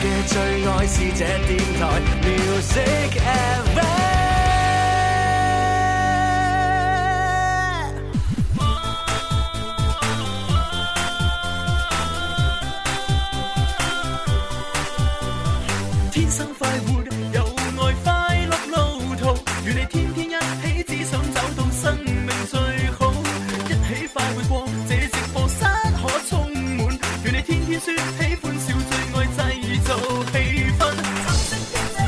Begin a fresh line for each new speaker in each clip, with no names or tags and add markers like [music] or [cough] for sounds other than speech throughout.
嘅最愛是這電台 Music Ever。天生快活，有愛快樂路途，與你天天一起，只想找到生命最好。一起快活過，這直播室可充滿，與你天天說喜歡笑，最愛製造氣氛。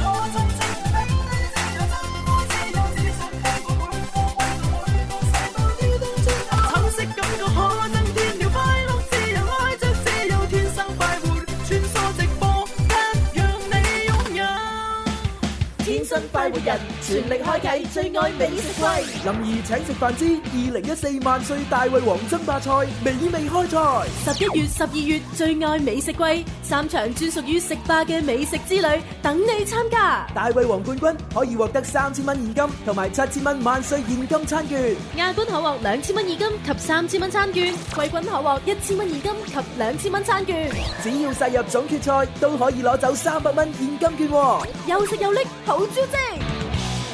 橙色感覺可增添了快樂，自由愛着自由，天生快活，穿梭直播，一樣你擁有。
天生快活人，全力開啟最愛美食季。
林怡請食飯之二零一四萬歲大胃王爭霸賽美味開賽，
十一月、十二月最愛美食季，三場專屬於食霸嘅美食之旅等你參加。
大胃王冠軍可以獲得三千蚊現金同埋七千蚊萬歲現金餐券。
亞軍可獲兩千蚊現金及三千蚊餐券，季軍可獲一千蚊現金及兩千蚊餐券。
只要殺入總決賽，都可以攞走三百蚊現金券喎。
又食又拎，好招積。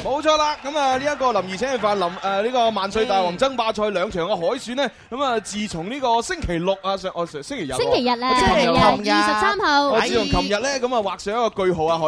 冇錯啦，咁啊呢一個林怡請食飯林誒呢個萬歲大王爭霸賽兩場嘅海選咧，咁啊自從呢個星期六啊上哦上星期日喎，
星期日咧，
我自從琴日
二十三號，
我自從琴日咧咁啊畫上一個句號啊海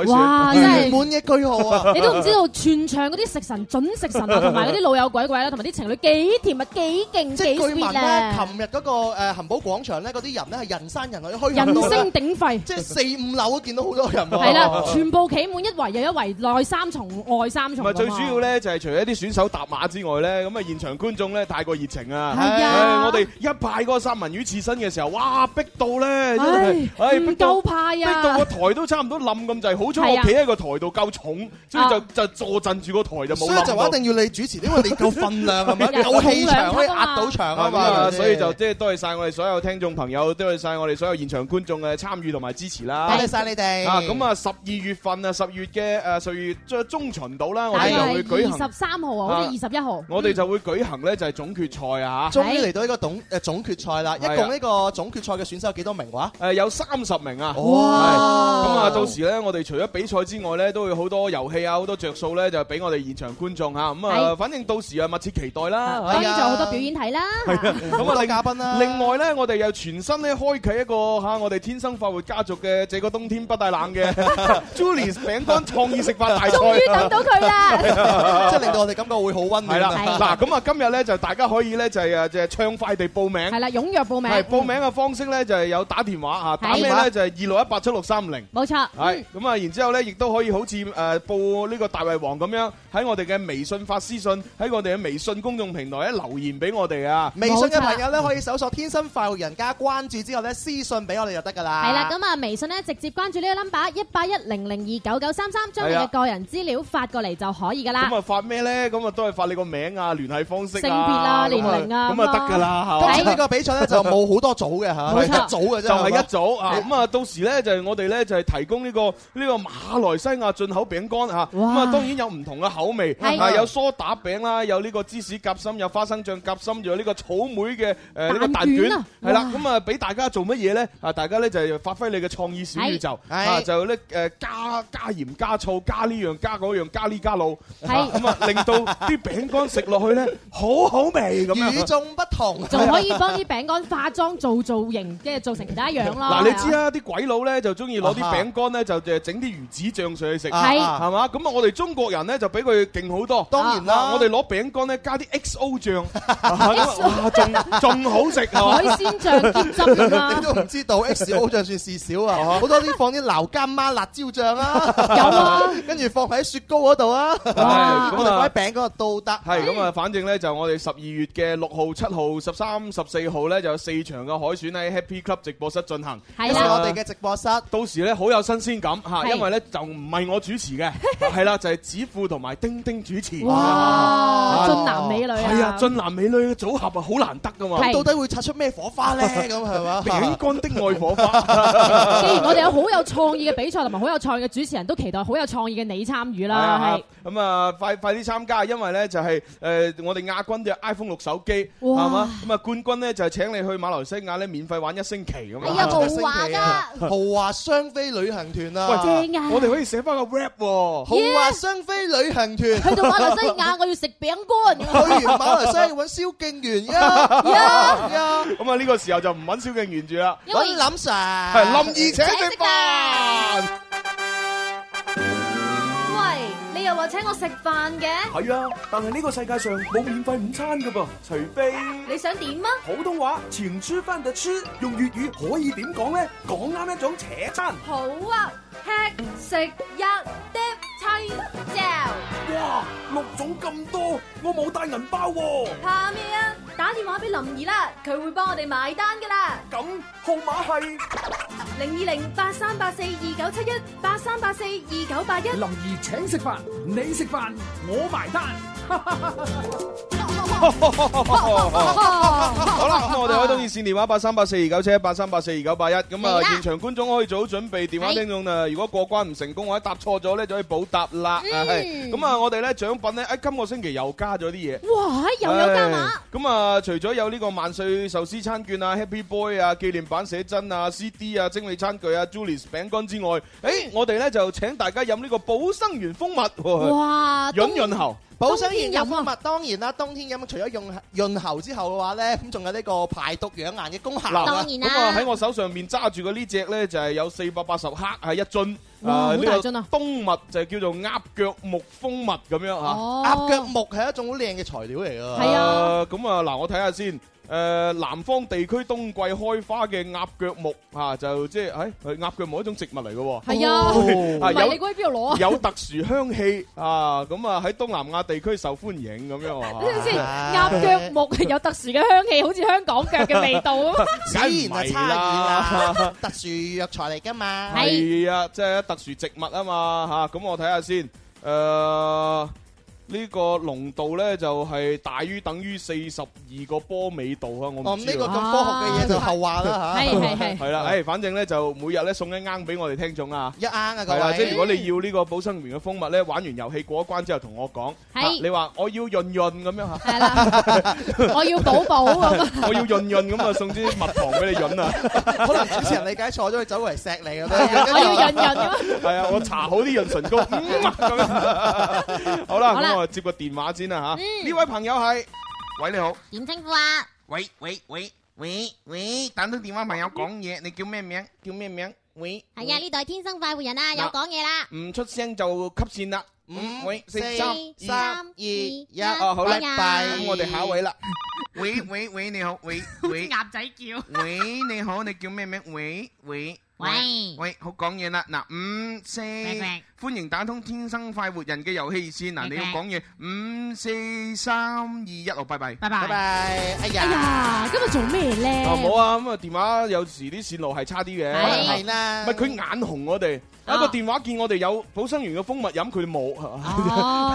選，
哇真
圓
係
滿嘅句號啊！
你都唔知道全場嗰啲食神、準食神啊，同埋嗰啲老友鬼鬼啦，同埋啲情侶幾甜蜜、幾勁、
即係
幾
據聞
sweet
咧，
咧，
琴日嗰個誒恆寶廣場咧，嗰啲人咧係人山人海，虛
人
到
聲
咧
鼎沸。
即係四五樓都見到好多人
哦
喎。
係啦，全部企滿一圍又一圍，內三重外三
同
重。啊
埋最主要，咧就係除咗啲選手搭馬之外咧，咁啊現場觀眾咧太過熱情啊！
係
唉
啊，
我哋一派嗰個三文魚刺身嘅時候，哇逼到咧真係，唉
唉唔
逼到
夠派
逼
啊
到個！台都差唔多冧咁滯，好彩
係
我
啊
企喺個台度夠重，所以就
啊
就坐鎮住個台就冇
所以
冧
就
到
話一定要你主持，因為你夠分量係咪？
人
夠氣場可以
重量啊嘛
壓到場啊
咁
嘛
啊，。所以就即係多謝晒我哋所有聽眾朋友，多謝晒我哋所有現場觀眾嘅參與同埋支持啦
多。謝晒你哋。
啊，咁啊，十二月份啊，十月嘅誒，十月即係中旬到啦，我
大
哋
概
就會舉
二
行，
十三號啊，好似二十一號。
我哋就會舉行咧就係總決賽啊嚇。
終於嚟到呢個總誒總決賽啦！一
係啊
共呢個總決賽嘅選手有幾多名話？
誒有三十名啊！係
哇
咁啊，到時咧，我哋除咗比賽之外咧，都會好多遊戲啊，好多着數咧，就俾我哋現場觀眾嚇。咁啊，
係
反正到時啊，密切期待
啊
啦。
當然仲有好多表演睇啦。
咁啊，嘉賓啦，
另外咧，我哋又全新咧開啟一個嚇我哋天生快活家族嘅這個冬天不帶冷
[laughs]
嘅 Julie's 餅乾創意食法大賽。 [laughs]
終於等到佢啦！
啊
即係令到我哋感覺會好温
係
暖
啦，
啊。
嗱咁啊，今日咧就大家可以咧就係呃誒即係暢快地報名
係。啦，踴躍報名。
係報名嘅方式咧就係有打電話啊，打咩咧
係
就係二六一八七六三零。
冇錯。
係咁啊，然之後咧，亦都可以好似誒、呃、報呢個大胃王咁樣，喺我哋嘅微信發私信，喺我哋嘅微信公眾平台咧留言俾我哋啊。
微信嘅朋友咧可以搜索天生快活人家，關注之後咧私信俾我哋就得㗎啦。
係啦，咁啊，微信咧直接關注呢個 number 一八一零零二九九三三，將你
係啊
嘅個人資料發過嚟就可以噶啦
咁。啊發咩咧？咁啊都係發你個名啊、聯繫方式啊、
性別啊
咁
年齡啊
咁啊
咁啊
得㗎啦，係嘛
今次呢個比賽咧
[laughs]
就冇好多組嘅嚇，
冇錯
係一組嘅啫，
就係
嘛
一組啊，
你
咁啊到時咧就係我哋咧就係提供呢個呢個馬來西亞進口餅乾嚇，咁
哇
啊當然有唔同嘅口味，
係
啊有梳打餅啦，有呢個芝士夾心，有花生醬夾心，仲有呢個草莓嘅誒呢個蛋
蛋卷
卷
啊，
係啦，
哇
咁啊俾大家做乜嘢咧？啊大家咧就係發揮你嘅創意小宇宙
係
啊，就咧誒加加鹽加醋加呢樣加嗰樣加呢加路，
係
啊咁啊令到啲餅乾食落去咧好好味咁樣
與。眾不
[laughs]
同。
[laughs] 仲可以幫啲餅乾化妝做造型，跟住做成其他樣
[laughs]
咯。
嗱，你
係
知
啊，
啊，啲鬼佬咧就中意攞啲
啊哈
餅乾咧，就就整啲魚子醬上去食，係
啊
係
啊
嘛？咁啊，我哋中國人咧就比佢勁好多。
當然
啊
啦，
我哋攞餅乾咧加啲 XO 醬，哇，仲仲好食
海
啊！
鮮醬結汁
[laughs]
啊
[laughs]
你
嘛，
都唔知道 XO 醬算事少
哦
啊，好多啲放啲老乾媽辣椒醬啊，
有啊，
[laughs] 跟住放喺雪糕嗰度
[laughs]
啊，
哇
我哋放喺餅嗰度都得。
啊係咁啊，反正咧就我哋十二月嘅六號、七號、十三、十四號咧就有四場嘅海選喺 Happy Club 直播室進行。啊
係
有時
啦
我。哋嘅直播室。
到時咧好有新鮮感嚇，
係
因為咧就唔係我主持
[laughs]
嘅，係啦就係子富同埋丁丁主持。
哇，俊男美女
係啊
啊，，
俊男美女嘅組合啊，好難得噶嘛。
係
到底會擦出咩火花咧？咁
[laughs]
係嘛？
餅乾的愛火花，
[laughs] 既然我哋有好有創意嘅比賽同埋好有創意嘅主持人，都期待好有創意嘅你參與啦，係。
咁啊快快啲參加，因為咧就係誒我哋亞軍嘅 iPhone 六手機
哇
係嘛，咁啊冠軍咧就係請你去馬來西亞咧免費玩一星期咁
哎
樣。
[laughs]
呀，豪華
一個星期
噶
啊，豪華雙飛旅行團啊！
喂
正啊
我哋可以寫翻個
[laughs]
rap 喎。
豪華雙飛旅行團，
去到馬來西亞我要食餅乾。
[laughs]
去完馬來西亞要揾蕭敬元呀呀呀，
咁啊呢個時候就唔揾蕭敬元住啦，
因為
揾林 Sir，
係林二請食
請食
飯。
喂，你又話請我食飯嘅，
係啊，但係呢個世界上冇免費午餐㗎噃，除非
你想點啊？
普通話前吃飯特吃，用粵語可以點講咧？講啱一種扯餐，
好啊，吃食一碟青椒，
哇，六種咁多，我冇帶銀包喎、
怕咩啊？打電話俾林兒啦，佢會幫我哋埋單噶啦。
咁號碼係
零二零八三八四二九七一八三八四二九八一。
林兒請食飯，你食飯我埋單。
好啦，咁我哋開通熱線電話八三八四二九七一八三八四二九八一，咁
嚟
啊
啦
現場觀眾可以做好準備，電話聽眾啊，如果過關唔成功或者答錯咗咧，就可以補答啦。[laughs]
嗯
啊係咁啊，我哋咧獎品咧，喺今個星期又加咗啲嘢。
哇，又有加碼，
唉咁啊，除咗有呢個萬歲壽司餐券啊、Happy Boy 啊、紀念版寫真啊、CD 啊、精美餐具啊、Julius 餅乾之外，誒，我哋咧就請大家飲呢個寶生園蜂蜜喎，
哇，
啊潤潤喉。
保生研
冬
飲
天飲
物當然啦，冬天飲除咗用潤喉之後嘅話咧，咁仲有呢個排毒養顏嘅功效
嗱，
啦。
當然
咁啊
啦
喺我手上面揸住嘅呢只咧就係有四百八十克，係一樽。
哇
啊
好
呢
大
個
樽啊
冬蜜就叫做鴨腳木蜂蜜咁樣啊嚇。
哦
鴨腳木係一種好靚嘅材料嚟㗎。
係啊
誒咁啊嗱，我睇下先。誒南方地區冬季開花嘅鴨腳木嚇，就即係誒係鴨腳木一種植物嚟嘅喎。
係啊，
啊
唔係你
有
估喺邊度攞
[laughs]
啊？
有特殊香氣啊，咁啊喺東南亞地區受歡迎咁樣
[laughs]
啊。
等陣先，
唉
鴨腳木係有特殊嘅香氣，好似香港腳嘅味道咁。
[laughs]
自然啊，差異啦，特殊藥材嚟㗎嘛。
係啊，即係特殊植物啊嘛嚇，咁、我睇下先，誒、呢、個濃度咧就係、大於等於四十二個波美度啊，我
哦，
唔知
咁呢個
喎。
咁科學嘅嘢就後話啦
係
嚇。
係係，
係啦，誒，反正咧就每日咧送一啱俾我哋聽眾啊。
一啱啊，各
係啦，即係如
位。
果你要呢個保生園嘅蜂蜜咧，玩完遊戲過一關之後同我講，
係
啊你話我要潤潤咁樣嚇，
係啦，
[laughs]
我要補補咁啊！
我要潤潤咁啊，送支蜜糖俾你潤啊，
可能主持人理解錯咗，佢走嚟錫你咁
我要
樣。
潤潤咁。
係啊，我搽好啲潤唇膏，嗯啊咁樣。好啦，
好啦
咁我接個電話先啦嚇。呢位朋友係，喂你好。
點稱呼啊？
喂喂喂喂喂，打通電話朋友講嘢，你叫咩名？叫咩名？喂，
係啊，呢代天生快活人啊，有
嗱
講嘢啦。嗯
唔出聲就吸線啦。五、
五
喂、四、
四
三、
四
二，
三二一，
哦好啦，
拜
拜
咁我哋下一位啦。喂喂喂，你好，
[laughs]
喂喂，
鴨仔叫，
喂你好，你叫咩名？喂喂
喂
喂，好講嘢啦。嗱，五四，歡迎打通天生快活人嘅遊戲先。嗱，你要講嘢，五四三二一，哦，拜拜。
拜拜。哎
哎
呀，
呀，今日做咩咧？
啊冇啊，咁啊電話有時啲線路係差啲嘅，
係啦。
唔係佢眼紅我哋，有一個電話見我哋有寶生園嘅蜂蜜飲，佢冇。啊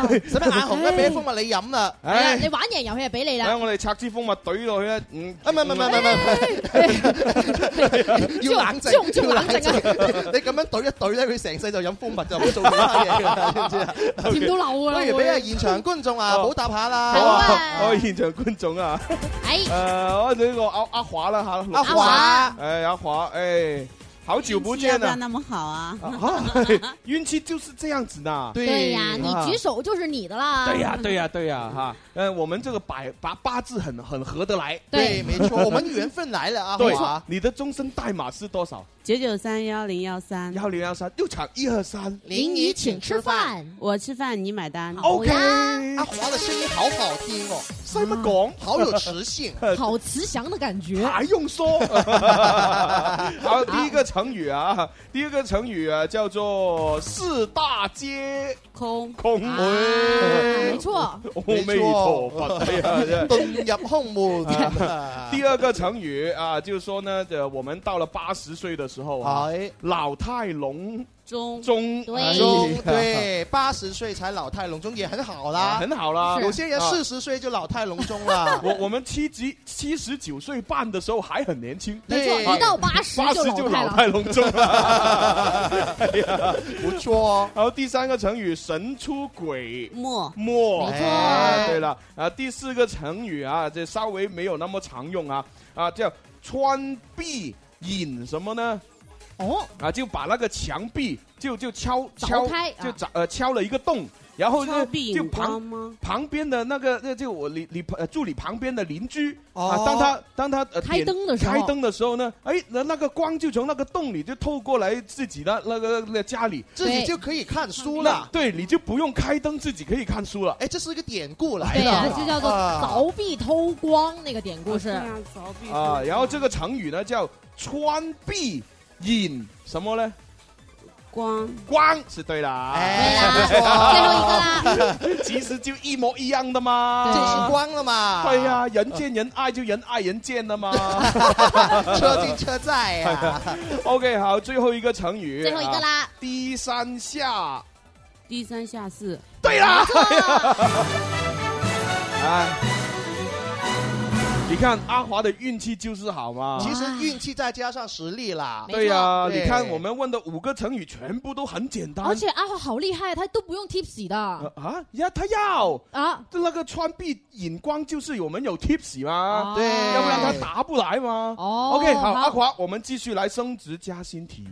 哦，
[laughs]
使乜眼紅咧？俾啲蜂蜜你飲啦。
係啊
唉，
你玩贏遊戲就俾你
唉
啦。
我哋拆支蜂蜜懟落去咧，嗯，
啊，唔係唔係唔係唔
[laughs]
[laughs]
係，要冷
朱紅
靜，
朱紅
要冷
冷靜啊
靜。你咁樣懟一懟咧，佢成世就飲蜂蜜，就唔做其他嘢㗎啦，知唔知啊？
甜到漏
不
啊！
如俾啊現場觀眾啊
哦
補答下
[laughs] 好
啦。
啊
好啊，
我哋現場觀眾 [laughs] 啊，
哎
誒，我哋呢個阿阿華啦嚇，
阿華，
誒阿華，誒，好久不見啊，
那么好啊？
啊 [laughs] 運氣就是這樣子的。
對呀，你
啊
舉手就是你的啦。
[laughs] 對呀，對呀，對呀，哈，嗯誒，我們這個百八八字很很合得來。
對，沒錯，我們緣分來了啊，
對
華，。
你的終身代碼是多少？
九九三幺零幺三，
幺零幺三，六場一二三。
林怡請吃。
[laughs]
飯。
哎
我吃飯你買單。
O K，
阿華的聲音好好聽哦，
使乜講？
好有磁性。 [laughs]
好慈祥的感啊觉，
还用说？嗯 [laughs] 好，第一个成语啊，第一个成语啊叫做四大皆
空
空。哎
没错，
阿弥陀佛，哎呀 [laughs] 真係！
遁入空門。 [laughs]
第二个成语啊，就是说呢，呃我们到了八十岁的时候啊，
係
老态龙
中
中
对
中对，八十岁才老态龙钟也很好啦。
啊很好啦。。
有些人四十岁就老态龙钟了
[laughs] 我我们七级七十九岁半的时候还很年轻，
没错，
对
一到八十
哎八
就
十就
老态
老
了。
态龙钟了。哎呀
不错哦，
然后第三个成语“神出鬼
末
没
没错
对了，啊，第四个成语啊，这稍微没有那么常用啊，啊，叫穿壁引什么呢？
哦，
啊，就把那个墙壁就就敲敲
凿开
就
啊，
凿呃敲了一个洞，然后
敲
呢
壁
就
引光
旁
吗？
旁边的那个那就我邻邻呃住你旁边的邻居
哦
啊，当他当他呃
开
点
灯的时候，
开灯的时候呢，哎，那那个光就从那个洞里就透过来自己的那个那个家里，
自己
对
就可以看书
那
了。
对你就不用开灯，自己可以看书了。
哎，这是一个典故来
对啊，
哎
的，
就叫做
啊
凿壁偷光那个典故是
这样凿壁
啊，然后这
个
个成语呢叫穿壁引什么呢？
光
光是对啦，
哎，
对啊啦
不错
最后一个
[laughs]
啦。
其实就一模一样的嘛。
这是光了嘛？
对呀、，人见人爱就人爱人见 [laughs] 的嘛。
车进车载呀。
啊 OK，好，最后一个成语，
最后一个
啊，
啦，
低三下。
低三下四，
对啦， [laughs] 哎，你看阿华的运气就是好嘛。
其实运气再加上实力啦
没，
对呀、
对
你看我们问的五个成语全部都很简单。
而且阿华好厉害，他都不用 tips 的
啊啊，呀，他要
啊。
那个穿壁引光，就是我们有 tips 嘛，
对
要不然他答不来嘛。
哦
OK，好，阿华，我们继续来升职加薪题。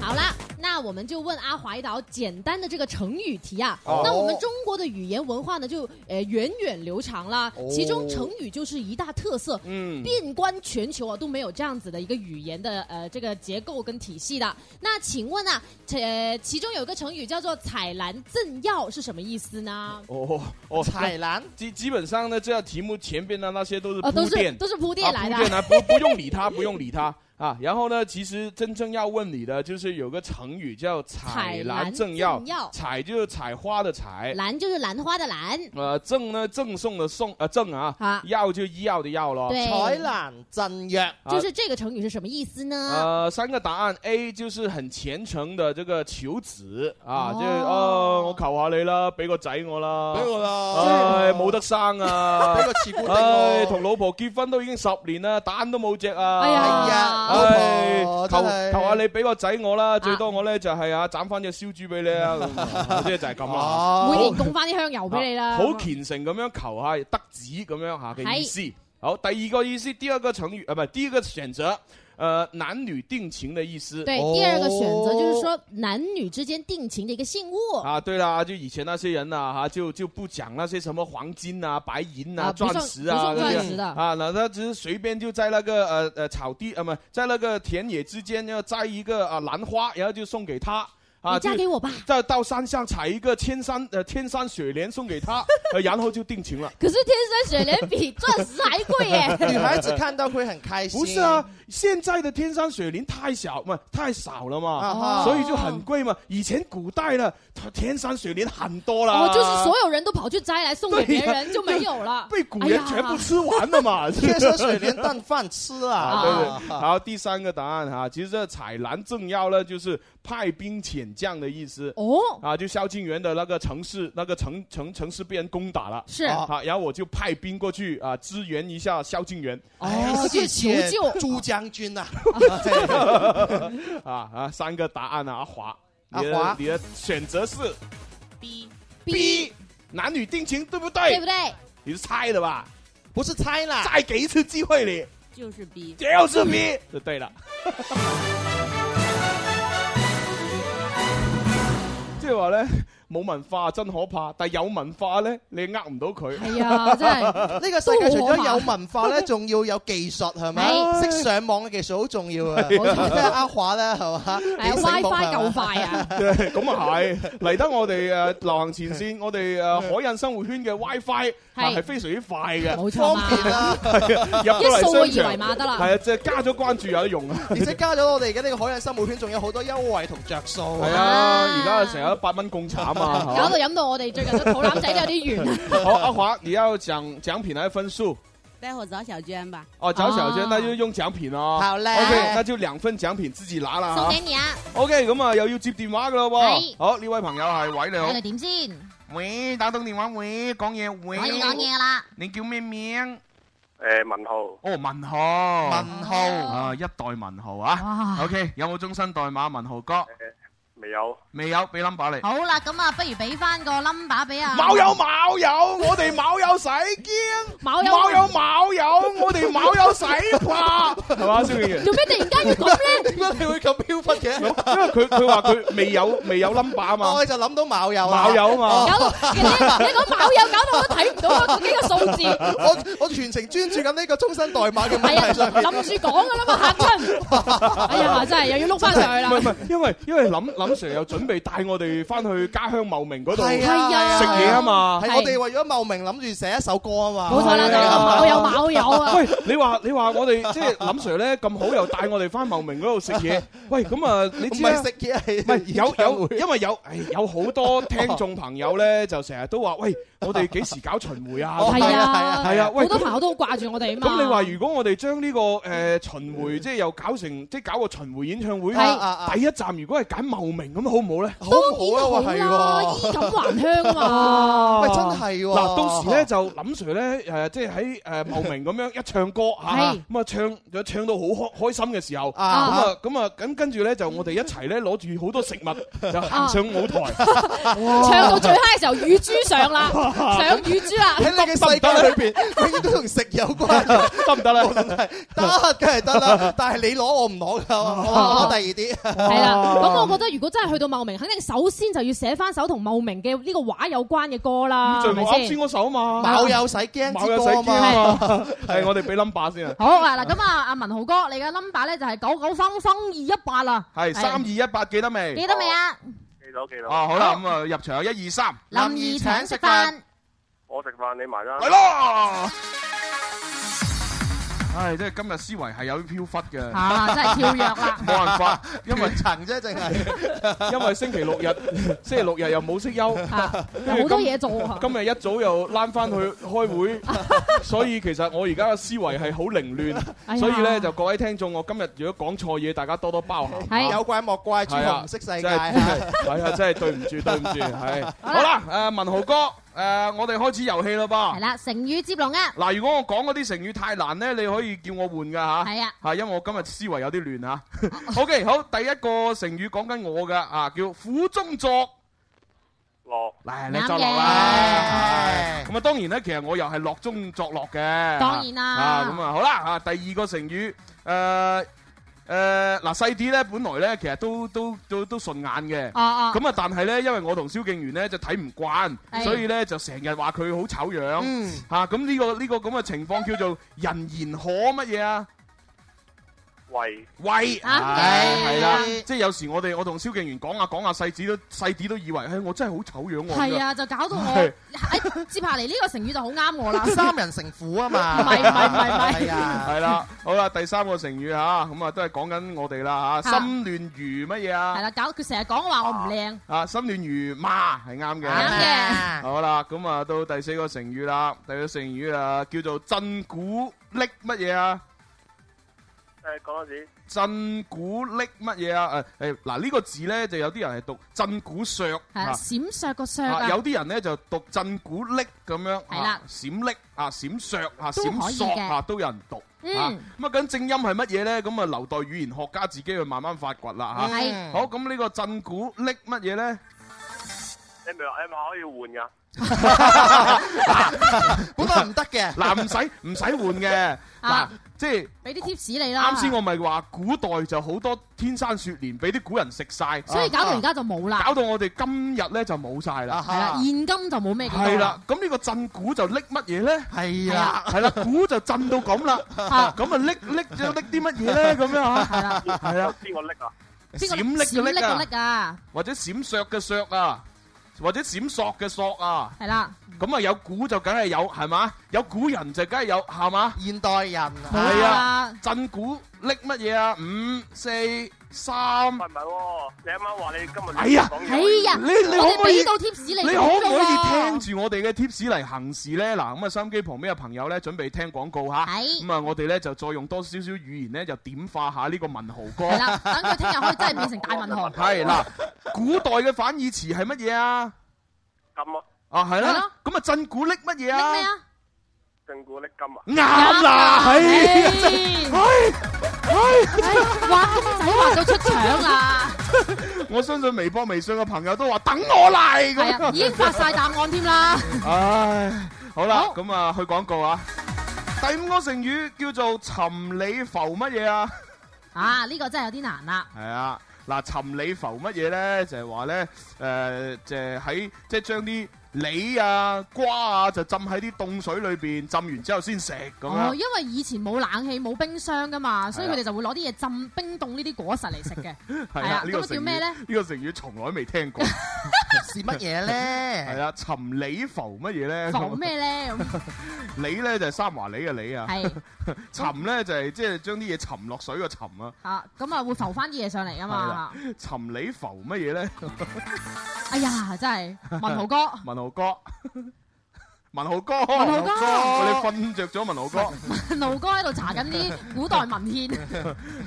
好啦，那我们就问阿华一道简单的这个成语题啊。
哦
那我们中国的语言文化呢，就呃源远流长啦
哦，
其中成语就是一大特色。
嗯，
遍观全球啊，都没有这样子的一个语言的呃这个结构跟体系的。那请问啊，呃其中有一个成语叫做“采兰赠药”是什么意思呢？
哦哦，
彩兰
基基本上呢，这道题目前边的那些都是
哦都
铺
是
垫，
都是铺
啊
垫来的
铺。垫啊，不不用理他，不用理他啊。然后呢，其实真正要问你的就是有个成语叫“采兰赠药
赠”，药，
采就是采花的采，
兰就是兰花的兰
呃，赠呢赠送的送，呃赠啊，
啊，
药就医药的药咯。
对，
彩兰震药，
哦啊
就是这个成语是什么意思呢？
呃，三个答案 A 就是很虔诚的这个求子啊，
哦
即系哦，我求下你啦，俾個仔我啦，
俾我啦，
哦
唉，哎冇得生
[laughs]
啊
俾，個刺股定
唉，
我
同。老婆結婚都已經十年啦，蛋都冇隻
哎
啊，
呀
哎呀，
老
唉
老婆
哎求
真係
求下你俾個仔我啦，最多我咧就係啊斬翻只燒豬俾你啊，
[laughs]
咁即係就係咁啦。
每
哦
年，供翻啲香油俾你啦。
啊
啊
好虔誠咁樣求下得子咁樣下嘅意思。好，第二個意思，第二個成語啊，唔係第二個選擇，呃，男女定情的意思。
对，
哦
第二个选择就是说
哦
男女之间定情的一个信物。
啊，对啦，就以前那些人呐、啊，哈、就就不讲那些什么黄金啊、白银啊、
不
钻
算
石啊那
不算
些
钻石的，
啊，那他只是随便就在那个呃呃草地啊，不、在那个田野之间要摘一个啊兰花，然后就送给他啊，
你
就
嫁给我吧。
再到山上采一个天山呃天山雪莲送给他，呃然后就定情了。
可是天山雪莲比钻石还贵
[laughs]
耶。
女孩子看到会很开心。
不是啊，现在的天山雪莲太小，不、太少了嘛。
啊
哦
哈，
所以就很贵嘛，以前古代呢，它天山雪莲很多啦。
哦
我就是所有人都跑去摘来送给别
对呀
人，就没有了。
啊
哎
被古人全部吃完了嘛，是不
哎天
是 [laughs]
山水莲当饭吃
啊，对对
啊。。
好，第三个答案哈，其实这采兰政要呢，就是派兵遣将的意思
哦，
啊，就萧敬元的那个城市，那个城城城市被人攻打了。
是
啊
啊，然后我就派兵过去啊，支援一下萧敬元
哎
哦，去求救。
朱将军
[laughs]
啊呐，
啊啊！三个答案啊，阿华，你
阿
的
华
你的选择是
B
B，男女定情对不
对
对
不？对？
你是猜的吧？
不是猜
哦
啦，
再给一次机会你，
就是 B，
就是 B，就对了。即系话咧，冇文化真可怕，但系有文化咧，你呃唔到佢。
哎呀，真係
呢個世界除咗有文化咧，仲要有技術係咪？
係
識上網嘅技術好重要啊！
[laughs]
冇錯
即係阿華咧係嘛
係啊
幾醒目係
哎
嘛
WiFi 夠快啊！
[laughs] [laughs] 咁啊系，嚟得我哋诶流行前線，我哋诶海印生活圈嘅 WiFi
係
係非常之快嘅，
冇錯
方
嘛，
便啦，
啊入到
一掃個二
嚟
維
商場
碼得啦。
係啊，即係加咗關注有得用啊。
而且加咗我哋而家呢個海印生活圈，仲有好多優惠同着數
係
啊！
啊，而家成日八蚊共慘啊嘛。 [laughs]
搞到飲到我哋最近嘅肚腩仔都有啲圓啊！
好，阿華，你要講獎品來分數。
待会找小娟吧。
哦，找小娟，
哦
那就用奖品哦。
好嘞
OK，那就两份奖品自己拿啦。
送俾你啊！
OK，咁啊又要接電話噶咯喎。
係
好，呢位朋友係喂你好
睇佢，點先？
喂，打通電話喂，講嘢喂
可以講嘢啦。
你叫咩名？
诶，文豪
哦，文豪。
文豪
啊，一代文豪啊。OK，有冇終身代碼？文豪哥
未有，
未有，俾 number 你。
好啦，咁啊，不如俾翻個 number 俾啊
冇有冇有，我哋冇有使驚，
冇
冇有冇有，我哋冇有使 [laughs] 怕，係嘛，蕭敬仁。
做咩突然間要咁咧？
點解你會咁飄忽
[laughs]
嘅？
因為佢佢話佢未有未有 number 啊嘛。
我就諗到卯友啊！
冇有啊嘛，
搞到你你講跑友搞到我睇唔到嗰幾個數字，
我 [laughs] 我全程專注緊呢個終身代碼嘅
係
問題上
啊，
面。
諗住講噶啦嘛，嚇親！哎呀，真係又要碌翻上去啦
唔係。唔係，因為因為林林 Sir 又準備帶我哋翻去家鄉茂名嗰度
係
食
啊係啊
嘢啊嘛。
係我哋為咗茂名諗住寫一首歌啊嘛。
冇錯啦，就係咁我有冇有啊！
喂，你話你話我哋即係林 Sir 咧咁好，又帶我哋翻茂名嗰度食嘢。喂，咁啊，你
唔
知啦
係。食嘢係
唔係有有，因為有，唉有好多聽眾朋友咧，就成日都話：喂，我哋幾時搞巡迴啊？
哦
係
係啊
啊，
係啊喂
好多朋友都好掛住我哋啊嘛。
咁你話如果我哋將呢個誒巡迴，即係又搞成即係搞個巡迴演唱會，
係啊啊啊
第一站如果係揀茂名咁，好唔好咧？
好唔好
當
啊？
然
係
好啦，
喎，
衣錦還鄉啊
[laughs]
嘛。
喂，真係喎。
嗱，到時咧就林 Sir 咧誒，即係喺誒茂名咁樣一唱歌嚇，
係
咁啊唱唱到好開開心嘅時候。咁
啊
啊，咁啊，咁跟住咧就我哋一齊咧攞住好多食物就行上舞台，
唱到最嗨嘅時候，乳豬上啦，上乳豬啦。
[laughs]
喺你嘅世界裏邊，永遠都同食有關。
得唔得咧？
得，梗係
[laughs]
得啦。但係你攞我唔攞㗎，我攞第二啲。
[laughs] 係啦，
哦
咁我覺得如果真係去到茂名，肯定首先就要寫翻首同茂名嘅呢個畫有關嘅歌
[laughs]
啦，
最
係咪
冇啱
先
先？嗰首啊嘛，
卯友使驚
冇
之
有
歌
使驚
啊嘛。
啊嘛， [laughs] 係我哋俾 number 先啊，
好啊，嗱咁啊，阿文豪哥，你嘅 number 咧就係九九三三二一八啦，
係三二一八記得未
記？得未啊？
记到記到，
啊好啦，咁啊入場有一二三，
林怡請食飯，
我食飯你埋啦
嚟。咯！唉，即係今日思維係有啲飄忽嘅，
啊，真係跳躍啦！
哦 [laughs] 冇辦法，因為
斷層啫，
[laughs]
淨係
因為星期六日， [laughs] 星期六日又冇息休，
啊，有好多嘢做啊！
今日一早又躝翻去開 [laughs] 會，所以其實我而家嘅思維係好凌
哎
亂，
呀
所以咧就各位聽眾，我今日如果講錯嘢，大家多多包 [laughs] 涵。
係
有怪莫怪，朱
係啊
紅唔識世界
真係
啊。
係啊，真係對唔住，對唔 [laughs] 住，係好啦，誒文豪哥，誒我哋開始遊戲啦
係
噃。
啦，成語接龍啊！
嗱，如果我講嗰啲成語太難咧，你可以叫我換噶嚇。
係啊，
係因為我今日思維有啲亂嚇。OK，好，第一個成語講緊我嘅啊，叫苦中作。
落
嗱，
啱
你
嘅
作落啦。咁啊，當然咧，其實我又係樂中作樂嘅。
當然啦
啊，咁啊，好啦，啊，第二個成語，誒誒，嗱細啲咧，本來咧其實都都都都順眼嘅。
啊啊，
咁啊，但係咧，因為我同蕭敬元咧就睇唔慣，
係
所以咧就成日話佢好醜樣。
嗯，
嚇，咁呢個呢個咁嘅情況叫做人言可乜嘢啊？
為
喂，
啱嘅
係啦，即係有時我哋我同蕭敬元講下講下細子都細啲都以為，唉，我真係好醜樣喎。
係啊，就搞到我
係，
哎接下嚟呢個成語就好啱
[laughs]
我啦。
三人成虎啊嘛。
唔係唔係唔係唔係
係啊。
系啦，好啦，第三個成語吓，咁啊都係講緊我哋啦吓，
啊
心亂如乜嘢
係
啊？
啦，搞佢成日講話我唔靚，
啊，心亂如麻係啱
啱
嘅。
嘅
好啦，咁啊到第四個成語啦，第四個成語啊叫做震古瀝乜嘢啊？
诶講多次，
震古瀝乜嘢啊？诶诶，嗱呢個字咧就有啲人係讀震古爍
係啊，
啊
閃爍個爍
啊
啊，
有啲人咧就讀震古瀝咁樣，
係啦
啊閃瀝啊，閃爍啊，
都可
閃
以
索
嘅
啊，都有人讀。
嗯
啊咁啊，咁正音係乜嘢咧？咁啊，留待語言學家自己去慢慢發掘啦嚇。
係
好，咁呢個震古瀝乜嘢
[laughs]
咧？
你咪話你咪可以換噶。
本來啊唔得嘅。
嗱，唔使唔使換嘅，嗱
啊，
即係
俾啲 tips 你啦。
啱先我咪話古代就好多天山雪蓮俾啲古人食晒，啊
所以搞到而家就冇啦，
搞到我哋今日咧就冇晒啦。
係啦，
啊
現今就冇咩幾多
係啦，，咁呢個震古就瀝乜嘢咧？
哈，係
係
啊。
啊，
係啦，古就震到咁啦，咁啊
啊
瀝瀝咗瀝啲乜嘢
[laughs]
咧？咁樣啊，
係啦，
係啦，
邊個拎啊？
邊個
閃瀝
閃
嘅瀝啊
瀝，個瀝啊，
或者閃爍嘅爍啊，或者閃索嘅索啊。
係啦，
咁啊有古就梗係有係嘛，有古人就梗係有係嘛，
現代人
冇
係啊
啦，
震古拎乜嘢啊？五四三。
唔係喎，你啱啱話你今日
哎呀，
講嘢
哎呀
你你可唔可以
我哋俾到 tips 你
你可唔可以
㗎
聽住我哋嘅 tips 嚟行事咧？嗱，咁啊，收音機旁邊嘅朋友咧，準備聽廣告吓。
係
咁啊，我哋咧就再用多少少語言咧，就點化下呢個文豪哥。
係啦，等佢聽日可以真係變成大文豪。
係嗱，古代嘅反義詞係乜嘢啊？
金啊，
啊，係
係
啦
咯。
咁啊，震古溺乜嘢
拎
啊
咩？啊？
正古力金啊，
啱啦，
哎
係。係
哎畫公仔畫到出腸啦，
我相信微博、微信嘅朋友都話等我嚟 [laughs]
係啊，已經發晒答案添啦。
唉，好啦，
好
咁啊去廣告啊。第五個成語叫做沉里浮乜嘢啊？
啊，呢個真係有啲難啦。
係啊，嗱，沉里浮乜嘢咧？就係話咧，誒，就係喺即係將啲梨啊、瓜啊，就浸喺啲凍水裏邊，浸完之後先食咁
哦，
樣。
因為以前冇冷氣冇冰箱噶嘛，所以佢哋就會攞啲嘢浸冰凍呢啲果實嚟食
[laughs]
嘅。
係
係啊
啊，呢個
咁叫
成語
咩咧
呢個成語從來未聽
[laughs]
過。
是乜嘢咧
係？啊，沉里浮乜嘢咧？[laughs]
防咩咧？咁
梨咧就係三華梨嘅梨啊，
係
沉咧就係即係將啲嘢沉落水個沉啊。
啊，咁啊會浮翻啲嘢上嚟噶
係
嘛
啦。沉里浮乜嘢咧？
哎呀，真係文豪哥， [laughs]
文豪哥， [laughs] 文豪哥，
文豪哥
我哋瞓着咗文豪
[laughs]
哥。
文豪哥喺度查緊啲古代文
[laughs]
獻。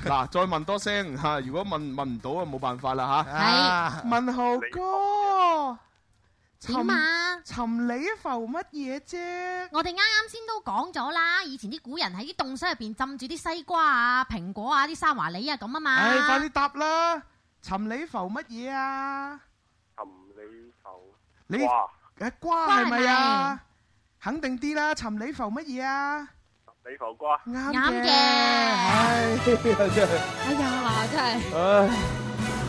嗱，再問多聲吓，如果問問唔到啊，冇辦法啦吓。
啊，
文豪哥，
點啊？
沉里浮乜嘢啫？
我哋啱啱先都講咗啦，以前啲古人喺啲凍水入邊浸住啲西瓜啊、蘋果啊、啲三華梨啊咁啊嘛。
唉，快啲答啦！沉里浮乜嘢啊？
沉你浮，
你
哇，
誒瓜係咪啊？肯定啲啦，沉里浮乜嘢啊？
你浮瓜，
啱
啱嘅
唉， [laughs] 真係。
哎呀，真係
唉，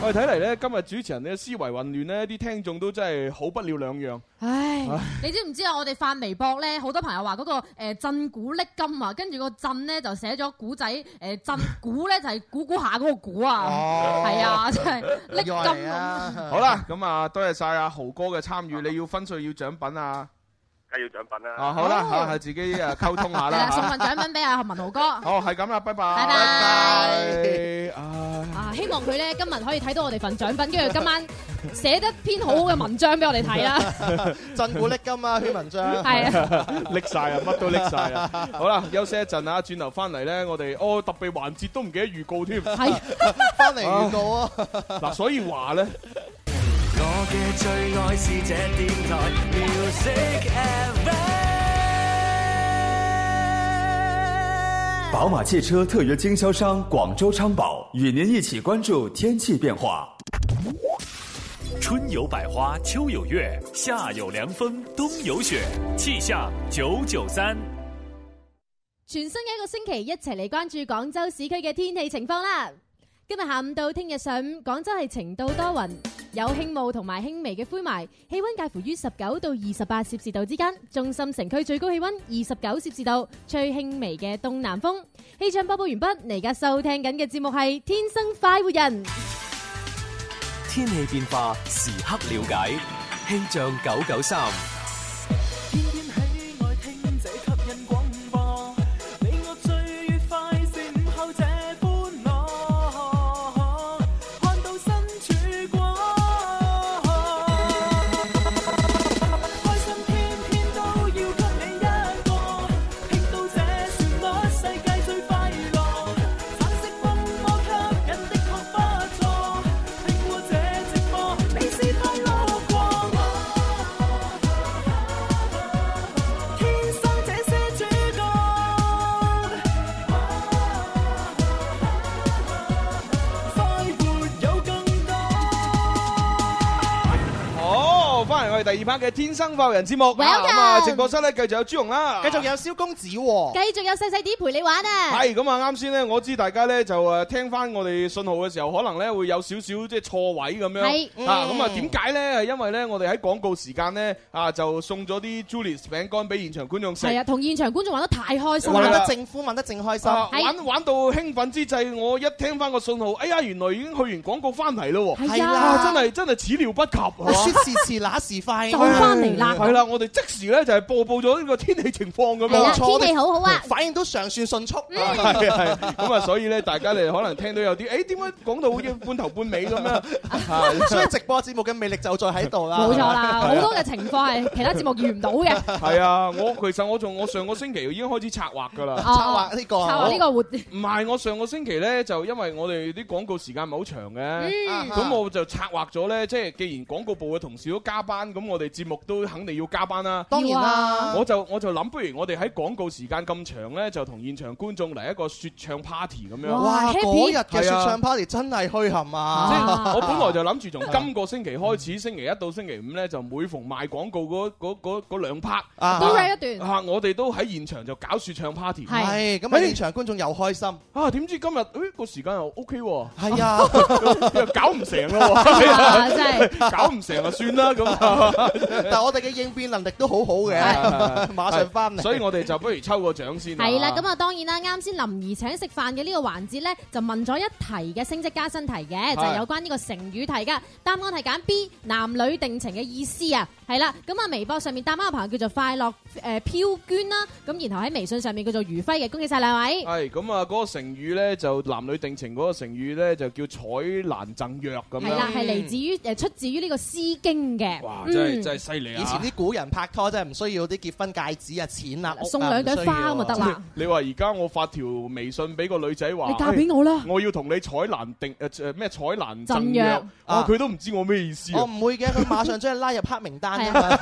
我哋睇嚟咧，今日主持人嘅思維混亂咧，啲聽眾都真係好不了兩樣。
唉！你知唔知啊？我哋發微博咧，好多朋友話嗰、個誒震古瀝今啊，跟住個震咧就寫咗古仔誒震古咧就係估估下嗰個估啊，
哦，
係，啊，真係瀝
以為
金咁。
啊，
[laughs]
好啦，咁啊，多謝晒阿豪哥嘅參與，你要分數要獎品啊！
梗係要獎品啦。
啊，好啦，
哦
嚇係自己誒溝通下
係
啦
啦，送
嚇。
份獎品俾阿文豪哥。
好，係咁啦，拜拜，拜
拜拜
拜。唉
啊！希望佢咧今日可以睇到我哋份獎品，跟住今晚寫得篇好好嘅文章俾我哋睇啦。
[laughs] 震古力金
[laughs]
啊，圈文章。
係啊。
拎晒啊，乜都拎晒啊！好啦，休息一陣啊，轉頭翻嚟咧，我哋哦特別環節都唔記得預告添。
係
翻嚟預告啊！
哦
嗱，所以話咧，
我嘅最愛是這電台 Music FM。
宝马汽车特约经销商广州昌宝与您一起关注天气变化。
春有百花，秋有月，夏有凉风，冬有雪。气象九九三，
全新嘅一個星期，一齊嚟關注廣州市區嘅天氣情況啦。今日下午到聽日上午，廣州係晴到多雲，有輕霧同埋輕微嘅灰霾，氣温介乎於十九到二十八攝氏度之間。中心城區最高氣温二十九攝氏度，吹輕微嘅東南風。氣象播報完畢，你而家收聽緊嘅節目係《天生快活人》。
天气变化时刻了解，气象九九三。
天天喜愛聽這吸引廣播，你我最愉快是午後這歡樂，看到身曙光，開心天天都要給你一個，聽到這旋律世界最快樂，橙色風波吸引的確不錯，聽過這直播你是快樂過。天生這些主角，快活有更多。
好，哦翻嚟我哋第二 part 嘅《天生快活人》節目。
Welcome
咁啊，直播室咧繼續有朱紅啦，
繼續有蕭公子喎，
繼續有細細啲陪你玩啊！
系咁啊！啱先咧，我知大家咧就誒聽翻我哋信號嘅時候，可能咧會有少少即係錯位咁樣。
係
啊，
嗯
咁啊點解咧？係因為咧我哋喺廣告時間咧啊就送咗啲 Julius 餅乾俾現場觀眾食。
係啊，同現場觀眾玩得太開心
玩
啦！
得正夫，玩得正開心。
啊
係
玩玩到興奮之際，我一聽翻個信號，哎呀，原來已經去完廣告翻嚟咯喎！
係
係啦
啊，哦
啊，真係真係始料不及啊！
說時遲那時快
就翻嚟啦
系啦，我哋即時咧就係播報咗呢個天氣情況咁
冇
樣。
錯
天氣好好啊
[laughs] 反應都尚算迅速。
[laughs]
嗯
係係咁啊，所以咧，大家你可能聽到有啲，誒點解講到好似半頭半尾咁樣？
[laughs] 所以直播節目嘅魅力就在喺度啦。
冇錯啦，好多
係啊
嘅情況係其他節目遇唔到嘅。
係啊，我其實我仲我上個星期已經開始策劃㗎啦。
[laughs] 哦策劃呢個啊策劃呢個活
唔係，我上個星期咧就因為我哋啲廣告時間唔係好長嘅
啊
嗯，
咁我就策劃咗咧，即係既然廣告部嘅同事都加班，咁我哋節目都肯定要加班啦。
當然
啊
啦
我就我就諗，不如我哋喺廣告時間咁長咧，就同現場觀眾嚟一個説唱 party 咁樣。
哇！嗰日嘅
係
説
啊
唱 party 真係虛冚
即
啊！
係我本來就諗住從今個星期開始，星期一到星期五咧，就每逢賣廣告嗰嗰嗰嗰兩 part
啊都 rap 一
段啊，我哋都喺現場就搞説唱 party，
係
哎
咁啊！現場觀眾又開心
啊！點知今日誒個時間又 OK 喎，
係啊，
又搞唔成咯
啊 [laughs]
喎， [laughs]
真係
搞唔成啊，算啦咁啊。
[laughs] 但係我哋嘅應變能力都好好嘅
啊
係，
[laughs] 馬上翻嚟。
[laughs] 所以我哋就不如抽個獎先。
係啦，咁啊當然啦，啱先林怡請食飯嘅呢個環節呢，就問咗一題嘅升職加薪題嘅，就係有關呢個成語題噶。答案係揀 B，男女定情嘅意思啊，係啦。咁啊微博上面答啱嘅朋友叫做快樂誒飄娟啦，咁然後喺微信上面叫做余輝嘅，恭喜晒兩位。
係咁啊，嗰個成語咧就男女定情嗰個成語咧就叫採蘭贈藥咁樣。
係啦，係嚟自於誒出自於呢個《詩經》嘅。
哇！
嗯
真係真係犀利啊！
以前啲古人拍拖真係唔需要啲結婚戒指啊、錢啊、屋啊
送兩朵花咪得啦。
[laughs] 你話而家我發條微信俾個女仔話，
你嫁俾我啦
哎我要同你採蘭定誒誒咩採蘭
贈
贈
約
約，哇！佢都唔知我咩意思
我
啊！
唔會嘅，佢馬上將你拉入
啊
黑名單㗎嘛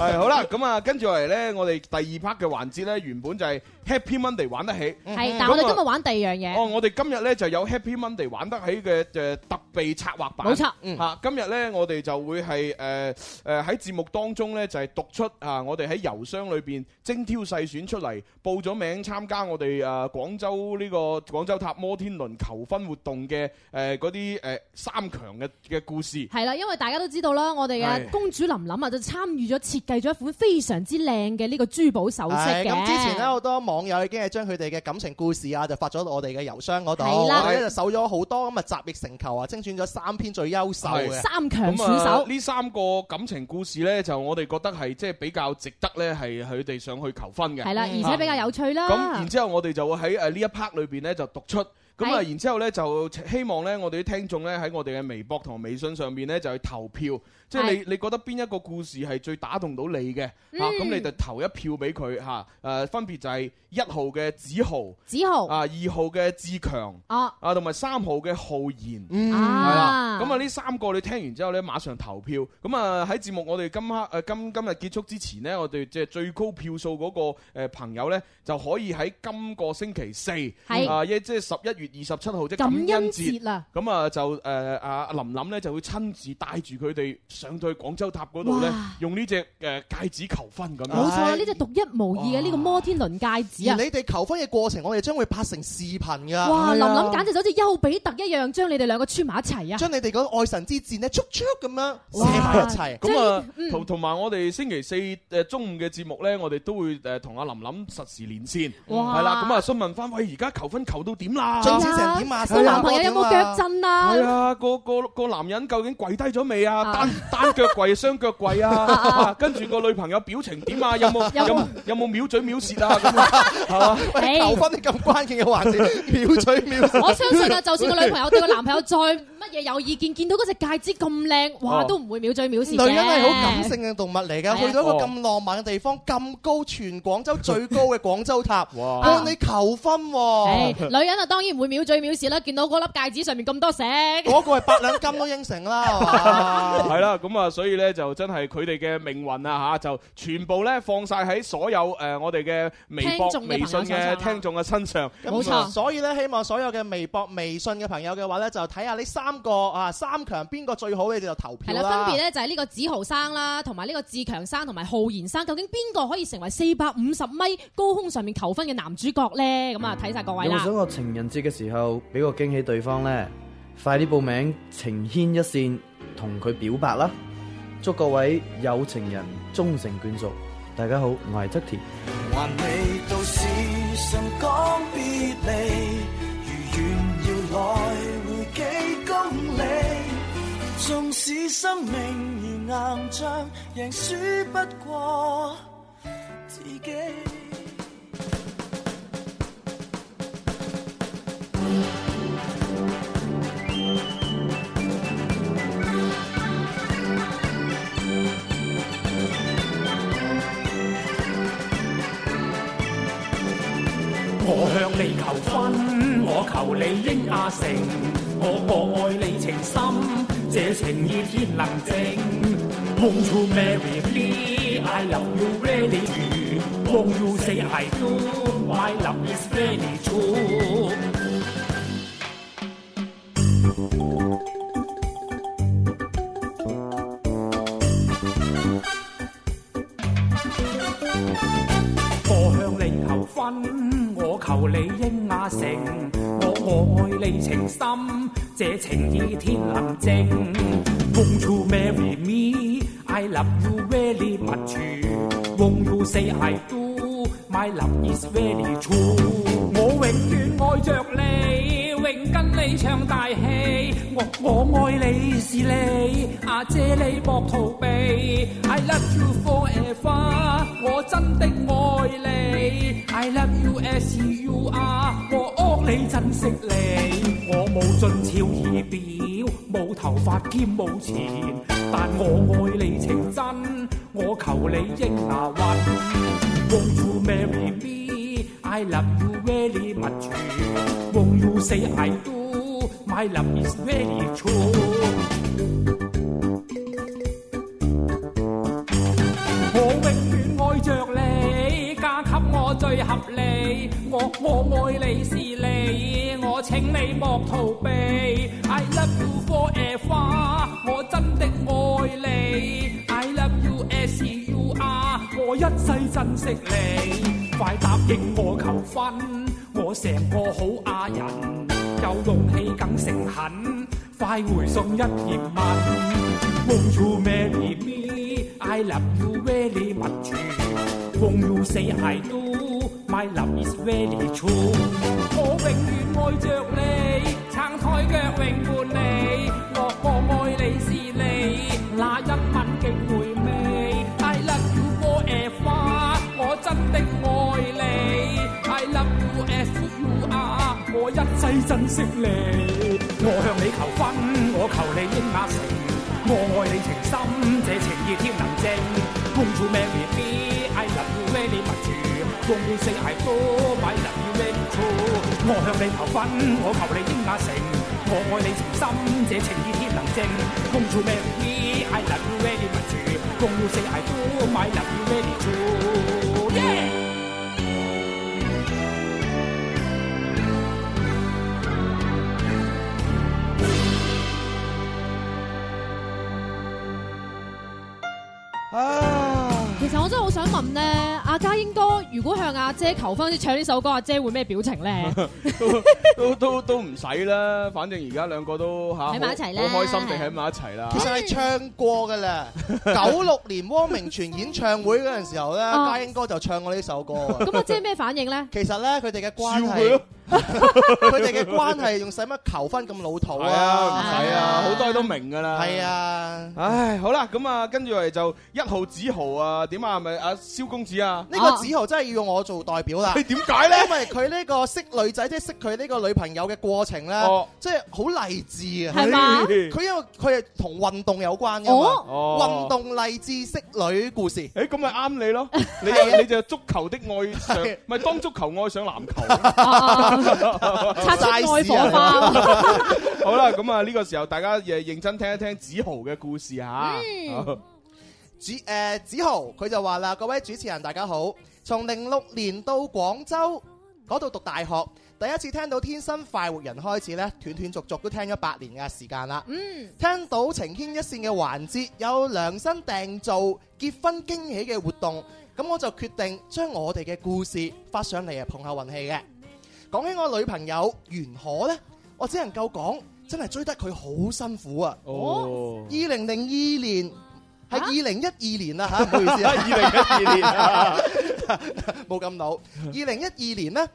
係好啦，咁啊，跟住嚟咧，我哋第二 part 嘅環節咧，原本就係 Happy Monday 玩得起，
嗯
係，但我哋
咁啊
今日玩第二樣嘢。
哦，我哋今日咧就有 Happy Monday 玩得起嘅誒特備策劃版，嗯
冇錯
嚇、今日咧我哋就會係誒誒喺節目當中咧就係、讀出啊，我哋喺郵箱裏邊精挑細選出嚟報咗名參加我哋誒、啊廣州呢、個廣州塔摩天輪求婚活動嘅誒嗰啲誒三強嘅嘅故事。
係啦，因為大家都知道啦，我哋嘅
係
公主琳琳啊，就參與咗設計咗一款非常之靚嘅呢個珠寶首飾
係
嘅。
咁之前咧，好多網友已經係將佢哋嘅感情故事啊，就發咗到我哋嘅郵箱嗰度，
係啦
我哋咧就搜咗好多咁啊，集腋成裘啊，精選咗三篇最優秀
係
嘅
咁啊呢三個感情故事呢，就我哋覺得係即係比較值得呢，係佢哋上去求婚嘅。啊
係啦，而且比較有啊趣啦。
嗯咁然之後，我哋就會喺呃誒呢一 part 裏邊咧就讀出。咁啊，
係
然之後咧就希望咧，我哋啲聽眾咧喺我哋嘅微博同微信上面咧就去投票，即係你你覺得邊一個故事係最打動到你嘅嚇，
嗯
咁你就投一票俾佢嚇。誒分別就係一號嘅子豪，
子豪
啊，二號嘅志強，
哦
啊同埋三號嘅浩然，
嗯
係啦
啊。
咁啊呢三個你聽完之後咧，馬上投票。咁啊喺節目我哋今刻誒今今日結束之前呢，我哋即係最高票數嗰個誒朋友咧，就可以喺今個星期四
係
啊，一即係十一月二十七號即係
感
感
恩
恩
節
節
啦。
咁啊就誒阿阿琳琳咧就會親自帶住佢哋上到去廣州塔嗰度咧
哇，
用呢只誒戒指求婚咁樣。
冇錯，呢隻獨一無二嘅呢個摩天輪戒指啊
而！你哋啊求婚嘅過程，我哋將會拍成視頻㗎。
哇，琳琳簡直就好似丘比特一樣，將你哋兩個穿埋一齊啊！
將你哋嗰個愛神之箭咧，速速咁樣射埋一齊。
咁啊，同同埋我哋星期四誒中午嘅節目咧，我哋都會誒同阿琳琳實時連線，
哇
係啦，咁啊詢問翻，喂，而家求婚求到點啦？
進展成點啊個男朋友有冇腳震啊
係啊，個個個男人究竟跪低咗未啊？單單腳跪、雙腳跪啊？啊跟住個女朋友表情點啊？有冇
有冇
有冇有冇秒嘴秒舌啊？咁啊，係嘛？
喂
哎
求婚啲咁關鍵嘅環
[laughs]
節，秒嘴秒舌。
我相信啊，就算個女朋友對個男朋友再乜嘢有意見，見到嗰隻戒指咁靚，哇，
哦
都唔會秒嘴秒舌
女
嘅
人係好感性嘅動物嚟
係啊
㗎，去到一個咁浪漫嘅地方，咁高，全廣州最高嘅廣州
[laughs]
塔，向你求婚
唉
喎。
女人啊，當然唔會秒嘴秒舌啦，見到嗰粒戒指上面咁多石，
嗰個係八兩金都應承啦，係嘛？
係啦，咁啊，所以咧就真係佢哋嘅命運啊吓，就全部咧放晒喺所有誒我哋嘅微博
聽眾嘅、朋
微
友
信
身上啦
嘅聽眾嘅身上。
咁所以咧，希望所有嘅微博、微信嘅朋友嘅話咧，就睇下呢三個啊三強邊個最好，你哋就投
係
票
啦，
啦。
分別咧就係呢個子豪生啦，同埋呢個志強生同埋浩然生，究竟邊個可以成為四百五十米高空上面求婚嘅男主角呢？咁
嗯
啊，睇晒各位
有冇
啦
想。我情人節嘅時候俾個驚喜對方呢？快啲報名情牽一線，同佢表白啦！祝各位有情人終成眷屬。大家好，我係側
[laughs]
田。
還未到時常講別離，如願要來回幾公里，縱使生命如硬仗，贏輸不過自己。
我向你求婚，我求你應阿成，我個愛你情深，這情意天能證。Won't you marry me? I love you really true. Won't you say I do? My love is really true. 我向你求婚，我求你應阿成，我愛你情深，這情意天能證。Won't you marry me? I love you very much. Won't you say I do? My love is very true. 我永遠愛着你，永跟你唱大戲。我我愛你是你，阿姐你莫逃避。I love you forever，我真的愛你。I love you as you are，我惡你珍惜你。我冇俊俏儀表，冇頭髮兼冇錢，但我愛你情真，我求你應那允。Won't you marry me? I love you very much. Won't you say I do? My love is very true. 我永遠愛着你，嫁給我最合理。我我愛你是你，我請你莫逃避。I love you forever，我真的愛你。I love you as you are，我一世珍惜你。快答應我求婚，我成個好亞人，有勇氣更誠懇，快回送一葉問。Won't you marry me? I love you very much. Won't you say I do? My love is very true. 我永遠愛着你，撐台腳永伴你。我我愛你是你，那一吻極回味。I love you forever. 我真的愛你。I love you as you are. 我一世珍惜你。我向你求婚，我求你應那成。我愛你情深，這情意天能證。Won't you marry me? I love you very much. Won't you say I do? My love you very true. 我向你求婚，我求你應那成。我愛你情深，這情意天能證。Won't you marry me? I love you very much. Won't you say I do? My love you very true. Yeah!
其實我真係好想問咧，阿家英哥如果向阿姐求婚，唱呢首歌，阿姐會咩表情咧？
[laughs]
都都都唔使啦，反正而家兩個都嚇
喺埋一齊啦
好好開心地喺埋一齊啦。
其實係唱過嘅
[laughs]
啦，九六年汪明荃演唱會嗰陣時候咧，
哦
嘉英哥就唱過呢首歌啊。
咁阿姐咩反應咧？
其實咧，佢哋嘅關
笑佢
係
咯，
佢哋嘅關係用使乜求婚咁老土
係啊，唔
啊？
使啊，好多嘢都明㗎啦。
係。啊，
唉，好啦，咁啊，跟住嚟就一號子豪啊，點啊，係咪阿蕭公 [laughs] 子啊？
呢
哦
個子豪真係要用我做代
[laughs]
表啦。
你點解咧？
因為佢呢個識女仔，即係識佢呢個女朋友嘅過程咧
哦，
即係好勵志啊！
係嘛
佢因為佢係同運動有關嘅
哦
嘛，運動勵志識女故事。
誒咁咪啱你咯，你就你就足球的愛上，唔係當足球愛上籃 [laughs] 球。
擦出愛火花。
好啦，咁啊呢個時候大家誒認真聽一聽子豪嘅故事嚇。好
子誒、呃子豪佢就話啦：各位主持人大家好，從零六年到廣州嗰度讀大學，第一次聽到《天生快活人》開始呢，斷斷續續都聽咗八年嘅時間啦。
嗯，
聽到情牽一線嘅環節有量身訂造結婚驚喜嘅活動，咁我就決定將我哋嘅故事發上嚟啊，碰下運氣嘅。講起我女朋友袁可呢，我只能夠講真係追得佢好辛苦啊！
哦
二，零零二年。係二零一二年啦吓，唔好意思啊，
二零一二年啊，
[laughs] 冇咁老。二零一二年呢，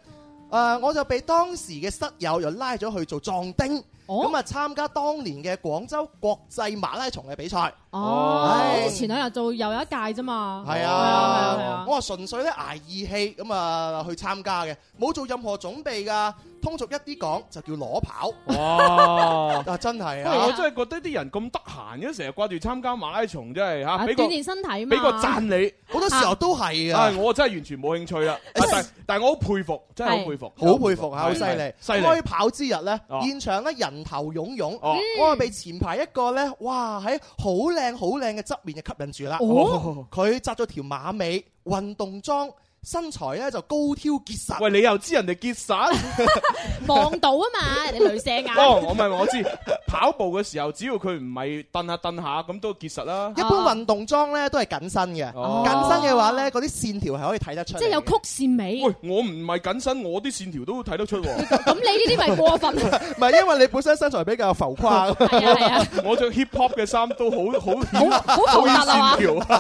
誒、我就被當時嘅室友又拉咗去做壯丁，咁啊參加當年嘅廣州國際馬拉松嘅比賽。
哦
係，
前兩日做又有一屆啫嘛。
係
係啊，係啊。
啊，我係純粹咧捱義氣咁啊去參加嘅，冇做任何準備㗎。通俗一啲講就叫裸跑。
哇！
啊，真係
喂，
啊！
我真係覺得啲人咁得閒嘅，成日掛住參加馬拉松，真係嚇，
啊
俾個
鍛鍊身體嘛。
俾個讚你，
好多時候都係啊
啊！我真係完全冇興趣
[laughs]
啦，啊但但係我好佩服，真係好佩服，
好佩服啊！好
係
犀利！
犀
開
利！
跑之日咧
哦，
現場咧人頭湧湧，
哦
我係被前排一個咧，哇喺好靚好靚嘅側面就吸引住啦
哦。
佢紮咗條馬尾，運動裝，身材咧就高挑結實。
喂，你又知人哋結實？
[laughs]
望到啊嘛，人哋雷射眼。
哦，我咪我知，跑步嘅時候只要佢唔係蹬下蹬下，咁都結實啦。
一般
哦
運動裝咧都係緊身嘅，
哦
緊身嘅話咧嗰啲線條係可以睇得出嚟嘅。
即係有曲線美。
喂，我唔係緊身，我啲線條都睇得出
[laughs]
喎。
咁你呢啲咪過分？
唔係因為你本身身材比較浮
[laughs]
誇。
係啊係啊。
我着 hip hop 嘅衫都好
[laughs]
好
好好浮達啊嘛
好有線條。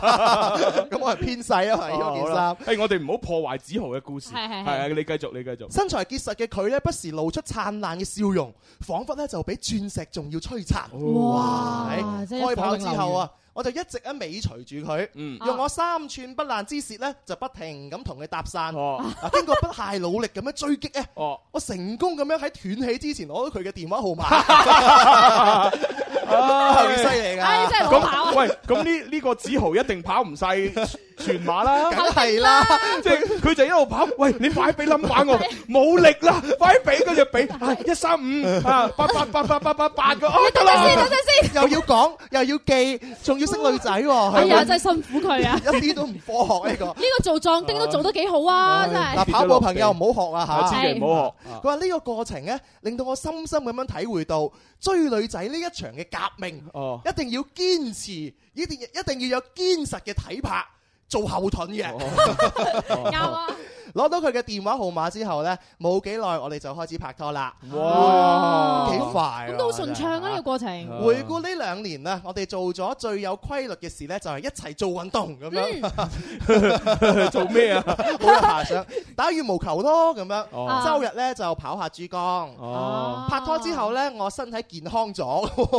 咁我係偏細啊嘛，呢個件衫。
誒，我哋 [laughs] 唔好破壞子豪嘅故事。
係係係
係啊，你繼續，你繼續。
身材結實嘅佢咧，不時露出燦爛嘅笑容，彷彿咧就比鑽石仲要璀璨。
哇
係
真係
開跑
火
之
影流
後
年
啊，我就一直喺尾隨住佢，
嗯
用我三寸不爛之舌咧，就不停咁同佢搭訕。
哦
啊，經過不懈努力咁樣追擊咧， [laughs]
哦 [laughs]
我成功咁樣喺斷氣之前攞到佢嘅電話號
[laughs]
[laughs]
啊
碼，好犀利㗎！
唉真係
咁
冇跑啊
喂，咁呢呢個子豪一定跑唔晒全馬
[laughs]
啦，
梗係啦，
即係佢就一路跑。喂，你快俾 number
[laughs]
我，冇力啦，快俾佢就俾啊一三五啊，八八八八八八八個，哦得
等陣先，
啦
等。陣先。
又要講又要記，仲要識女仔喎，
[laughs] 哎呀，
係咪
真係辛苦佢啊！
一啲都唔科學
[laughs]
呢個
呢。個做壯丁都做得幾好啊，真係。
嗱，跑步朋友唔好學
啊
啊嚇，
千祈唔好學
佢話呢個過程咧，令到我深深咁樣體會到追女仔呢一場嘅革命，
哦
一定要堅持，一定一定要有堅實嘅體魄做後盾嘅。
啱啊！
攞到佢嘅電話號碼之後呢，冇幾耐我哋就開始拍拖啦。
哇
幾快啊
咁都好順暢啊！呢個過
啊
程。
回顧呢兩年啦，我哋做咗最有規律嘅事呢，就係一齊做運動咁
[laughs]
樣，
做咩啊？
好有遐想，打羽毛球咯咁樣。
啊
哦
周日呢，就跑下珠江。
哦，
拍拖之後呢，我身體健康咗，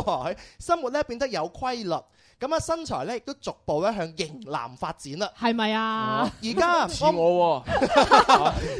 [laughs] 生活呢變得有規律，咁啊身材呢亦都逐步咧向型男發展啦。
係咪啊？
而家
似
我
我喎，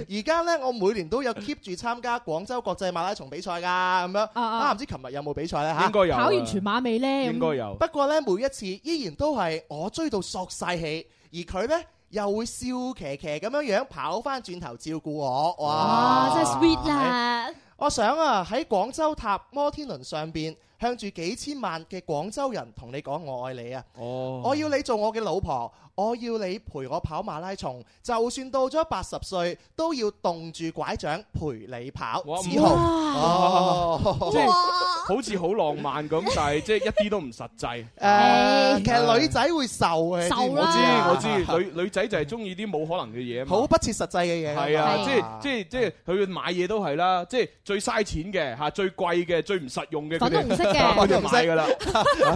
[laughs] 而家呢，我每年都有 keep 住參加廣州國際馬拉松比賽㗎，咁樣
啊
啊唔知琴日有冇比賽呢？
應
嚇？
該有啊。
跑完全馬未咧？
應該有。
不過呢，每一次依然都係我追到索晒氣，而佢呢又會笑騎騎咁樣樣跑翻轉頭照顧我，
啊
哇！
哇！啊真係 sweet！啦。
我想啊，喺廣州塔摩天輪上邊，向住幾千萬嘅廣州人同你講我愛你啊！
哦，
我要你做我嘅老婆，我要你陪我跑馬拉松，就算到咗八十歲，都要棟住拐杖陪你跑。
哇
子豪，
哇 [laughs]
哦，
即係好似好浪漫咁，但係即係一啲都唔實
[laughs]
際。
哎
誒，其實女仔會瘦嘅，
瘦
我知
啦
我知，女女仔就係中意啲冇可能嘅嘢啊嘛。
啊好不切實際嘅嘢嘛。
係啊，即
係
係即係即係佢買嘢都係啦，即係最嘥錢嘅嚇，最貴嘅、最唔實用嘅，
粉紅色
[laughs]
嘅
我就買㗎
[laughs]
啦，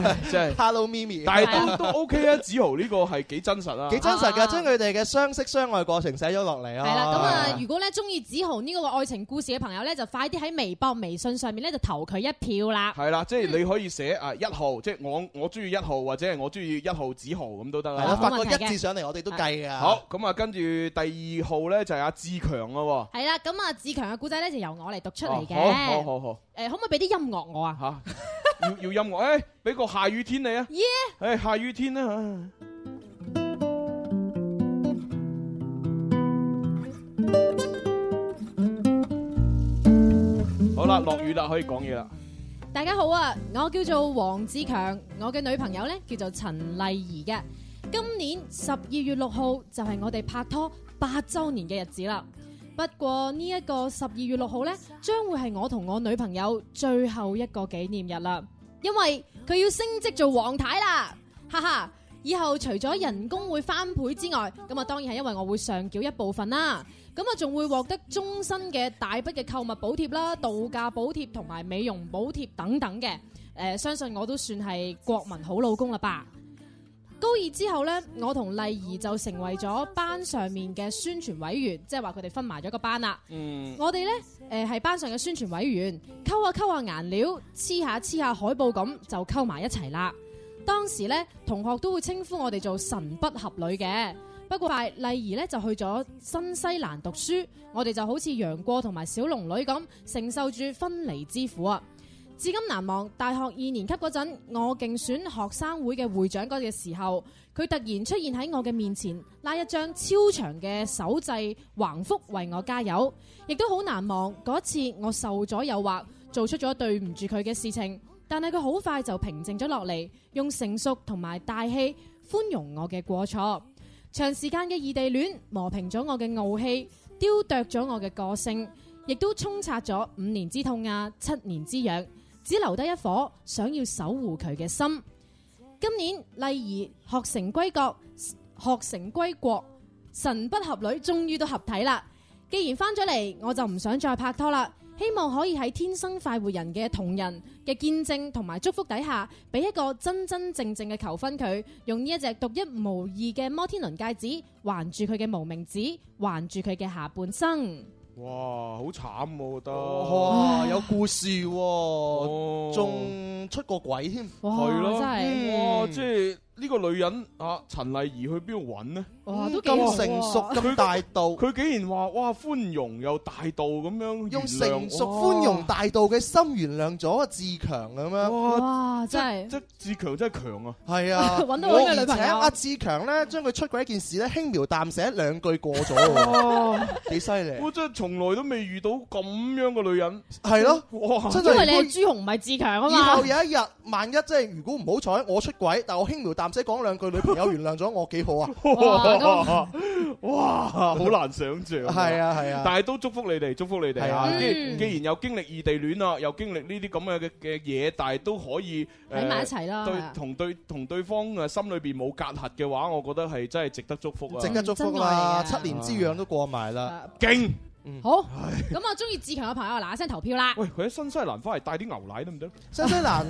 唉真係。
Hello Mimi，
但係都都 OK 啊，子豪呢個係幾真實啊。
幾真實
啊
㗎，將佢哋嘅相識相愛過程寫咗落嚟啊。
係啦，咁啊，如果咧中意子豪呢個愛情故事嘅朋友咧，就快啲喺微博、微信上面咧就投佢一票啦。
係啦，即係你可以寫啊一號，即係我我中意一號，或者係我中意一號子豪咁都得
係啦，
啦。
發個一字上嚟，我哋都計㗎。
好，咁啊，跟住第二號咧就係阿志強咯
係啦，咁啊，志強嘅故仔咧就由我嚟讀
喎。
出嚟嘅。
哦好好好好。
誒，可唔可以俾啲音樂我啊？
吓，要要音樂，诶、俾個下雨天你啊，
耶！
诶、下雨天啦、啊，好啦，落雨啦，可以講嘢啦，
大家好啊，我叫做黃志強，我嘅女朋友呢叫做陳麗儀嘅。今年十二月六號就係我哋拍拖八周年嘅日子啦。不過呢一個十二月六號呢，將會係我同我女朋友最後一個紀念日啦，因為佢要升職做黃太啦，哈哈！以後除咗人工會翻倍之外，咁啊當然係因為我會上繳一部分啦。咁啊，仲會獲得終身嘅大筆嘅購物補貼啦、度假補貼同埋美容補貼等等嘅。誒、呃相信我都算係國民好老公啦吧。高二之後呢，我同麗儀就成為咗班上面嘅宣傳委員，即係話佢哋分埋咗個班啦。
嗯，
我哋呢誒係班上嘅宣傳委啊員，溝下溝下顏料，黐下黐下海報咁就溝埋一齊啦。當時咧，同學都會稱呼我哋做神不合女嘅。不過係麗兒咧就去咗新西蘭讀書，我哋就好似楊過同埋小龍女咁，承受住分離之苦啊！至今難忘，大學二年級嗰陣，我競選學生會嘅會長嗰嘅時候，佢突然出現喺我嘅面前，拉一張超長嘅手掣橫幅為我加油，亦都好難忘。嗰次我受咗誘惑，做出咗對唔住佢嘅事情，但係佢好快就平靜咗落嚟，用成熟同埋大氣寬容我嘅過錯。長時間嘅異地戀磨平咗我嘅傲氣，雕琢咗我嘅個性，亦都沖刷咗五年之痛啊，七年之癢。只留低一顆想要守護佢嘅心。今年麗兒學成歸國，學成歸國，神不合女終於都合體啦。既然翻咗嚟，我就唔想再拍拖啦。希望可以喺天生快活人嘅同人嘅見證同埋祝福底下，俾一個真真正正嘅求婚佢，用呢一隻獨一無二嘅摩天輪戒指環住佢嘅無名指，環住佢嘅下半生。
哇，好慘我覺得。
哇，有故事
哦
喎，仲出過軌添。
係咯，
真係
哇！即係呢個女人啊，陳麗儀去邊度揾呢？
哇都幾好
嗯咁
喎
成熟咁大度，
佢竟然話哇寬容又大度咁樣原諒，
用成熟
哇
寬容大度嘅心原諒咗阿志強咁樣。
哇！真係
即志強真係強啊！
係啊，
[laughs] 搵到
我
佢嘅女朋友
而且阿志強咧，將佢出軌一件事咧，輕描淡寫兩句過
[laughs]
咗喎，幾犀利。
我真係從來都未遇到咁樣嘅女人。
係咯
哇！
真
因為
係
你係朱紅唔係志強啊
以
嘛
後。有一日，萬一即係如果唔好彩，我出軌，但我輕描淡寫講兩句，女朋友原諒咗我，
[laughs]
幾好啊！
哇！ [laughs] 哇！好難想像。
係啊係啊
但係都祝福你哋，祝福你哋
係
啊！
啊
既
嗯
既然又經歷異地戀啊，又經歷呢啲咁嘅嘅嘢，但係都可以呃
喺埋一齊啦
對
係啊
同對同對方誒心裏邊冇隔閡嘅話，我覺得係真係值得祝福啊！
整日祝福啦，七年之癢都過
[laughs]
埋啦。
勁！
啊好，咁我中意志強嘅朋友嗱嗱聲投票啦。
喂，佢喺新西蘭翻嚟帶啲牛奶得唔得？
新西蘭，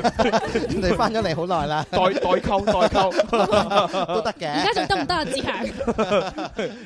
人哋翻咗嚟好
[laughs]
耐啦，
代 [laughs] 代購代購
都得嘅。
而家仲得唔得啊？志強，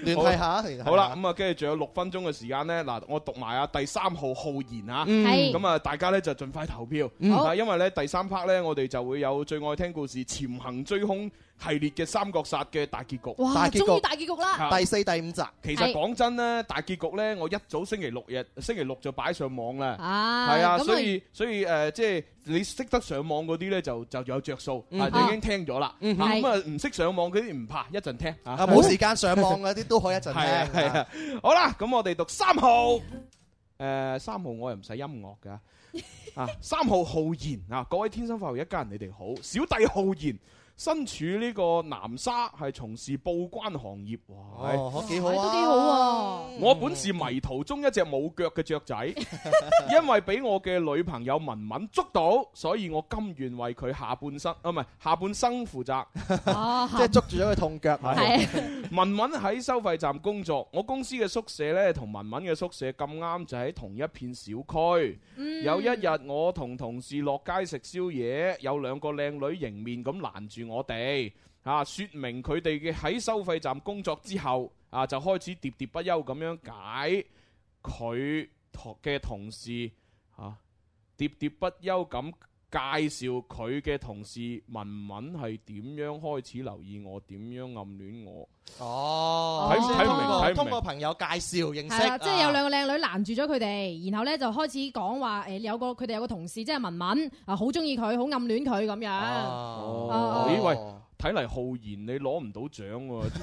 聯繫下聯繫下
好啦，咁啊，跟住仲有六分鐘嘅時間咧，嗱，我讀埋啊第三號浩然啊，
嗯係
咁啊，大家咧就盡快投票，
嗯
啊
好
因為咧第三 part 咧，我哋就會有最愛聽故事潛行追兇系列嘅三角殺嘅大結局，啊
哇，終於大結局啦！
第四、第五集，
其實
係
講真咧，大結局咧，我一早星期六日、星期六就擺上網啦。
啊
係啊，
咁
所以所以誒，即係你識得上網嗰啲咧，就就有着數，
嗯
啊就已經聽咗啦。
嗯
啊咁啊，唔識上網嗰啲唔怕，一陣聽啊
啊冇時間上網嗰啲都可以一陣
係啊
聽。
係啊，好啦，咁我哋讀三號。誒三號我又唔使音樂㗎，啊三號浩然啊，各位天生快活一家人，你哋好，小弟浩然。身處呢個南沙，係從事報關行業，哇！哎
哦，幾好啊，
都幾好啊！
我本是迷途中一隻冇腳嘅雀仔，因為俾我嘅女朋友文文捉到，所以我甘願為佢下半生啊，唔係下半生負責。 [laughs]
哦，
即係捉住咗佢痛腳。啊
係文文喺收費站工作，我公司嘅宿舍呢，同文文嘅宿舍咁啱就喺同一片小區。
嗯
[laughs] 有一日我同同事落街食宵夜，有兩個靚女迎面咁攔住我哋，啊，説明佢哋嘅喺收費站工作之後，啊就開始喋喋不休咁樣解佢同嘅同事啊喋喋不休咁。介紹佢嘅同事文文係點樣開始留意我，點樣暗戀我。
哦，
睇唔睇唔明
通過
睇唔明
通過朋友介紹認
係啊
識啊
啦，，即
啊
係有兩個靚女攔住咗佢哋，然後咧就開始講話誒，有個佢哋有個同事即係文文啊，好中意佢，好暗戀佢咁樣。
哦，咦喂，睇嚟浩然你攞唔到獎喎， [laughs]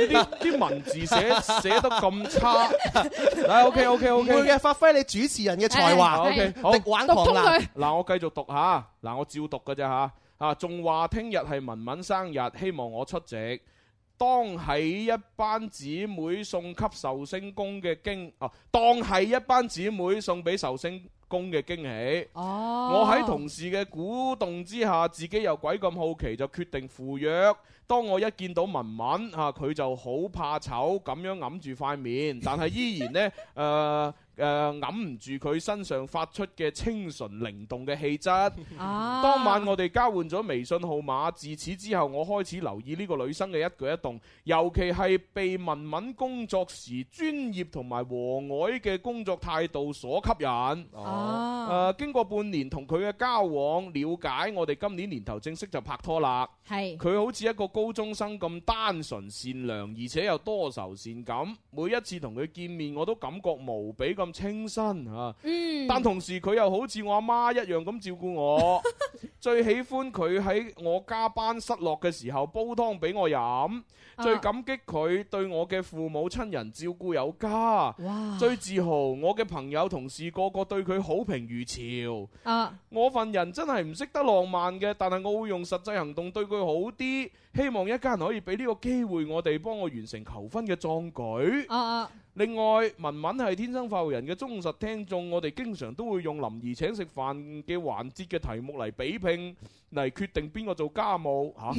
呢啲啲文字
[laughs]
寫寫得咁差，唉 OK OK
唔會
OK。
嘅，發揮你主持人嘅才華。
O K，好，
力挽狂
啊
瀾。
嗱，我繼續讀下，嗱，我照讀嘅啫吓，啊，仲話聽日係文文生日，希望我出席。當喺一班姊妹送給壽星公嘅驚，哦、當係一班姊妹送俾壽星公嘅驚喜。
哦，
我喺同事嘅鼓動之下，自己又鬼咁好奇，就決定赴約。當我一見到文文啊，佢就好怕醜咁樣揞住塊面，但係依然呢，誒、誒、誒揞唔住佢身上發出嘅清純靈動嘅氣質。
啊
當晚我哋交換咗微信號碼，自此之後我開始留意呢個女生嘅一舉一動，尤其係被文文工作時專業同埋和藹嘅工作態度所吸引。
哦啊
誒、呃經過半年同佢嘅交往了解，我哋今年年頭正式就拍拖啦。
係
佢好似一個高中生咁單純善良，而且又多愁善感。每一次同佢見面，我都感覺無比咁清新嚇。啊
嗯
但同時佢又好似我阿媽一樣咁照顧我。最喜歡佢喺我加班失落嘅時候煲湯俾我飲，
啊
最感激佢對我嘅父母親人照顧有
啊
加。
哇
最自豪，我嘅朋友同事個個對佢好評如潮。
啊，
我份人真係唔識得浪漫嘅，但係我會用實際行動對佢好啲，希望一家人可以俾呢個機會我哋幫我完成求婚嘅壯舉。
啊
另外，文文係天生發育人嘅忠實聽眾，我哋經常都會用林兒請食飯嘅環節嘅題目嚟比拼，嚟決定邊個做家務嚇，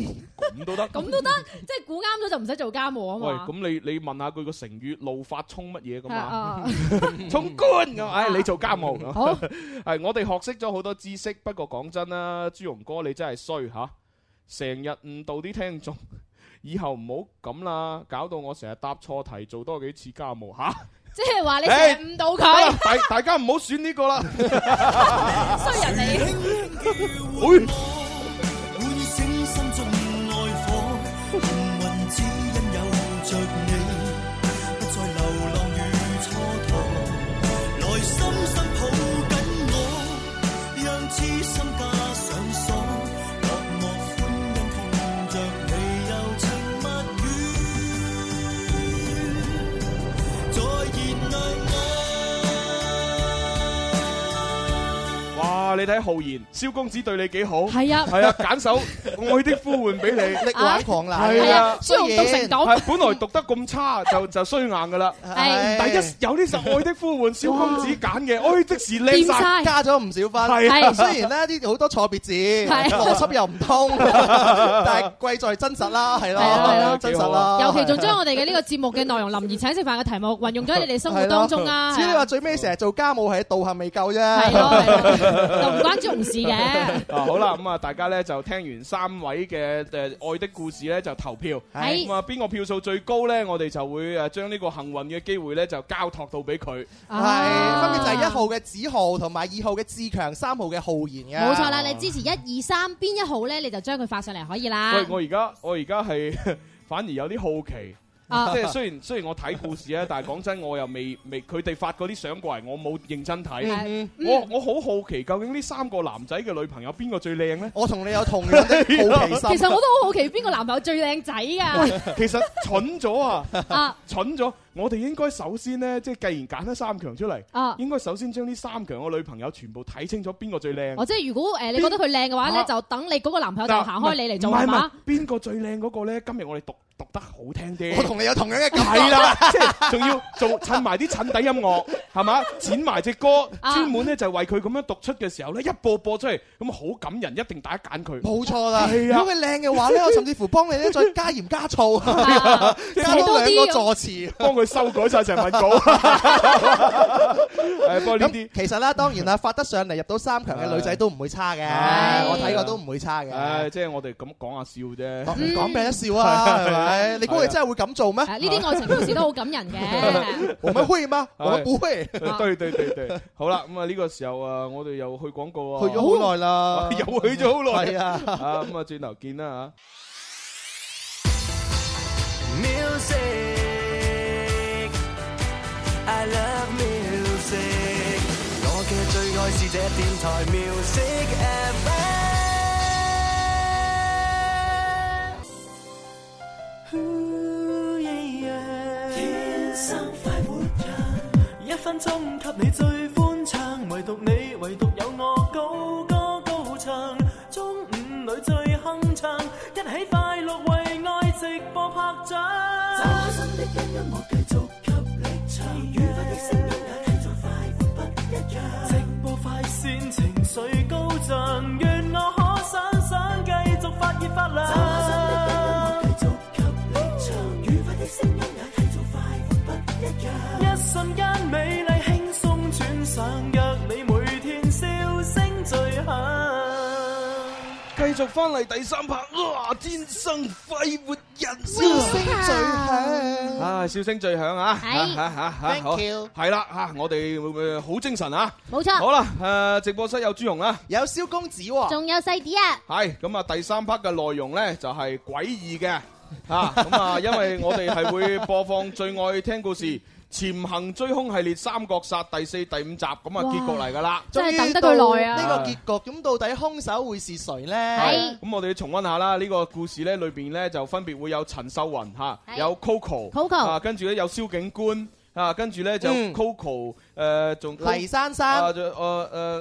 咁都得，
咁都得，即系估啱咗就唔使做家務啊
喂，
嘛。
咁你你問下佢個成語怒發衝乜嘢咁
係啊
啊？
啊
衝官咁，唉，你做家
[laughs]
務 [laughs] 咁。
好
係我哋學識咗好多知識，不過講真啦，朱容哥你真係衰吓，成日誤導啲聽眾， [laughs] 以後唔好咁啦，搞到我成日答錯題，做多幾次家務吓。
即係話你成
哎
日誤導佢，
[laughs] 大大家唔好選呢個啦。
衰人嚟。
[laughs] 哎
唤醒心中愛火，紅雲只因有着你，不再流浪如蹉跎。來深深抱緊我，讓痴心加上鎖，落寞歡欣聽着你柔情蜜語，再燃亮
哇！你睇浩然，蕭公子對你幾好，
係啊
係啊，揀首愛的呼喚俾你，
力挽狂瀾
係啊，
雖然朱紅讀成咁
係本來讀得咁差，就就衰硬噶啦，
係
但一有呢首愛的呼喚，蕭公子揀嘅，哎，即時靚晒，
加咗唔少分。
係啊
雖然呢啲好多錯別字，
係
邏輯又
[laughs]
唔通，但係貴在真實啦，係
係啊係
咯
啊，
真實啦。
尤其仲將我哋嘅呢個節目嘅內容林兒請食飯嘅題目運用咗喺你哋生活
係咯
當中啊，
至於你話最尾成日做家務係道行未夠啫，
係咯
[laughs]
係咯就唔關朱紅事嘅。
啊好啦，咁啊，大家咧就聽完三位嘅呃誒愛的故事咧就投票，
係
咁啊邊個票數最高咧，我哋就會誒將呢個幸運嘅機會咧就交託到俾佢。
啊
係分別就係一號嘅子豪同埋二號嘅志強，三號嘅浩然嘅。
冇錯啦，你支持一二三邊一號咧，你就將佢發上嚟可以啦。
喂，我而家我而家係 [laughs] 反而有啲好奇。
啊
即係雖然雖然我睇故事咧，但係講真，我又未未佢哋發嗰啲相過嚟，我冇認真睇
嗯。
我我好好奇，究竟呢三個男仔嘅女朋友邊個最靚呢？
我同你有同樣的好奇心。
[laughs] 其實我都好
[laughs]
好奇邊個男朋友最靚仔㗎。
其實蠢咗啊
啊！
蠢咗，我哋應該首先呢，即係既然揀咗三強出嚟
[laughs] 啊，
應該首先將呢三強嘅女朋友全部睇清楚邊個最靚。
哦，即係如果誒你覺得佢靚嘅話
啊
咧，就等你嗰個男朋友就
嗱
行開你嚟做
唔係唔
係
係
嘛？
邊個最靚嗰個咧？今日我哋讀讀得好聽
[laughs]
啲。
我同你有同樣嘅感覺
係啦， [laughs] 即係仲要做襯埋啲襯底音樂，
[laughs]
係嘛？剪埋只歌，
啊
專門咧就為佢咁樣讀出嘅時候咧，一播播出嚟，咁好感人，一定大家
[laughs]
揀佢。
冇錯啦，
係啊
如果佢靚嘅話咧，我甚至乎幫你咧再加鹽
[laughs]
加醋，
啊
加多兩個助詞，
幫佢修改晒成份
[laughs]
稿。 [laughs] 不過呢
啲其實啦，當然啦，發得上嚟入到三強
啊
嘅女仔都唔會差嘅，
係
我睇過都唔會差嘅。
唉，即係我哋咁講下笑
[laughs]
啫，
講講
嗯
俾人笑啊，
[laughs]
係咪？你估佢真係會咁做咩？
啊呢啲愛情故事都好感人
[laughs]
嘅。
我们會嗎？我們不會。
[laughs] 對對對對，好啦，咁啊呢個時候啊，我哋又去廣告啊，
[laughs] 去咗好耐啦
[laughs] 又去咗好耐
係啊
咁啊轉頭見啦嚇。
music. I love music. 我嘅最愛是這電台 music FM。
天生快活人，一分鐘給你最歡唱，唯獨你唯獨有我高歌高唱，中午裏最鏗唱，一起快樂為愛直播拍掌。真心的音樂我繼續給你唱，愉快的聲音也繼續快活不一樣。直播快線情緒高漲，願我可想想繼續發熱發亮。真心的音樂繼續。唱，愉快的聲音也繼續快活不一樣。一瞬間美麗輕鬆
繼續翻嚟第三拍，哇！天生快活人，
笑聲最響。
啊，笑聲最響啊！嚇
係
嚇嚇
Thank
好
you
係啦嚇，我哋會唔會好精神啊！
冇錯
好啦，誒直播室有朱紅啦，
有蕭公子喎
仲有細啲啊！
係咁啊，第三 part 嘅內容咧就係詭異嘅嚇，咁
[laughs]
啊，因為我哋係會播放最愛聽故事。潛行追兇系列《三角殺》第四、第五集咁啊，結局嚟㗎啦！
終於到呢個結局，咁到底兇手會是誰呢？
咁我哋要重温下啦，呢個故事咧裏邊咧就分別會有陳秀雲嚇，有 Coco，
哎 Coco
啊，跟住咧有蕭警官。啊，跟住咧就
嗯
Coco，誒仲
黎珊珊
啊，仲誒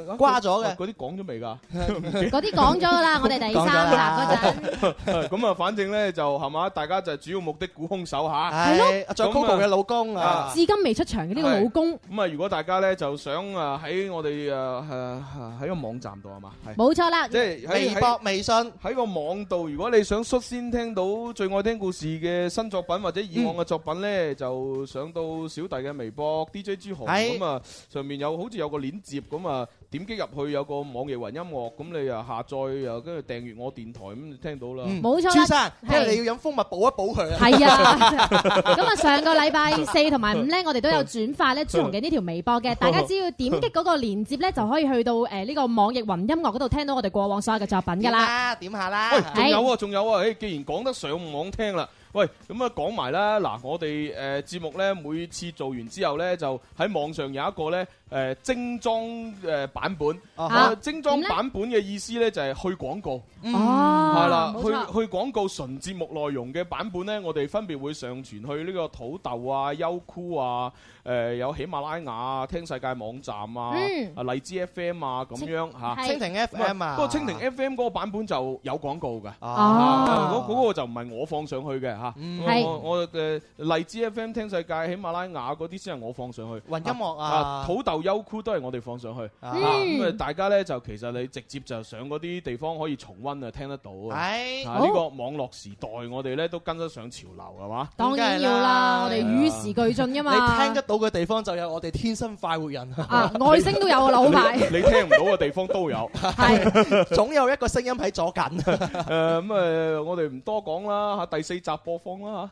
誒
瓜咗嘅
嗰啲講咗未㗎？ [laughs]
[laughs] 嗰啲講咗
[laughs]
㗎啦，我哋第三集嗰陣。
咁啊，反正咧就係嘛，大家就係主要目的估兇手嚇。
係咯仲有 Coco 嘅老公啊
[laughs] 至今未出場嘅呢個老公，
咁啊，如果大家咧就想啊喺我哋誒誒喺個網站度係嘛，係
冇錯啦
即係喺
微博、
微信喺個網度，如果你想率先聽到最愛聽故事嘅新作品或者以往嘅作品咧，就上到小弟嘅微博 DJ 朱紅
係
咁啊，上面有好似有個鏈接咁啊，點擊入去有個網易雲音樂，咁你啊下載又跟住訂閱我電台咁就聽到啦。
冇錯啦
朱生，
係
聽日你要飲蜂蜜補一補佢啊！ [laughs]
係啊，咁啊上個禮拜四同埋五咧，我哋都有轉發咧朱紅嘅呢條微博嘅，大家只要點擊嗰個鏈接咧，就可以去到誒呢個網易雲音樂嗰度聽到我哋過往所有嘅作品㗎啦。
啦，點下啦
喂，仲有啊，仲有啊，誒，既然講得上網聽啦，喂，咁啊講埋啦，嗱，我哋誒節目咧，每次做完之後咧，就喺網上有一個咧誒精裝誒版本，
哈
啊精裝版本嘅意思咧就係去廣告，
嗯
係啦，
冇
去
錯
去廣告純節目內容嘅版本咧，我哋分別會上傳去呢個土豆啊、優酷啊、誒有喜馬拉雅啊、聽世界網站啊
嗯、
啊荔枝 FM 啊咁樣嚇，
蜻蜓 FM 啊
不過蜻蜓 FM 嗰個版本就有廣告嘅，
啊
嗰嗰個就唔係我放上去嘅嚇，
嗯係
我我嘅荔枝 FM 聽世界、喜馬拉雅嗰啲先係我放上去，
雲音樂啊
土豆優酷都係我哋放上去，
啊
啊咁啊大家咧就其實你直接就上嗰啲地方可以重温啊，聽得到啊，
係
啊呢個網絡時代我哋咧都跟得上潮流係嘛，
當然要啦，我哋與時俱進㗎嘛。
你聽得到嘅地方就有我哋天生快活人 [laughs]
啊外星都有啊老牌
你你聽唔到嘅地方都有， [laughs]
係總有一個聲音喺左近。 [laughs]
誒咁誒，呃我哋唔多講啦嚇，第四集播放啦嚇。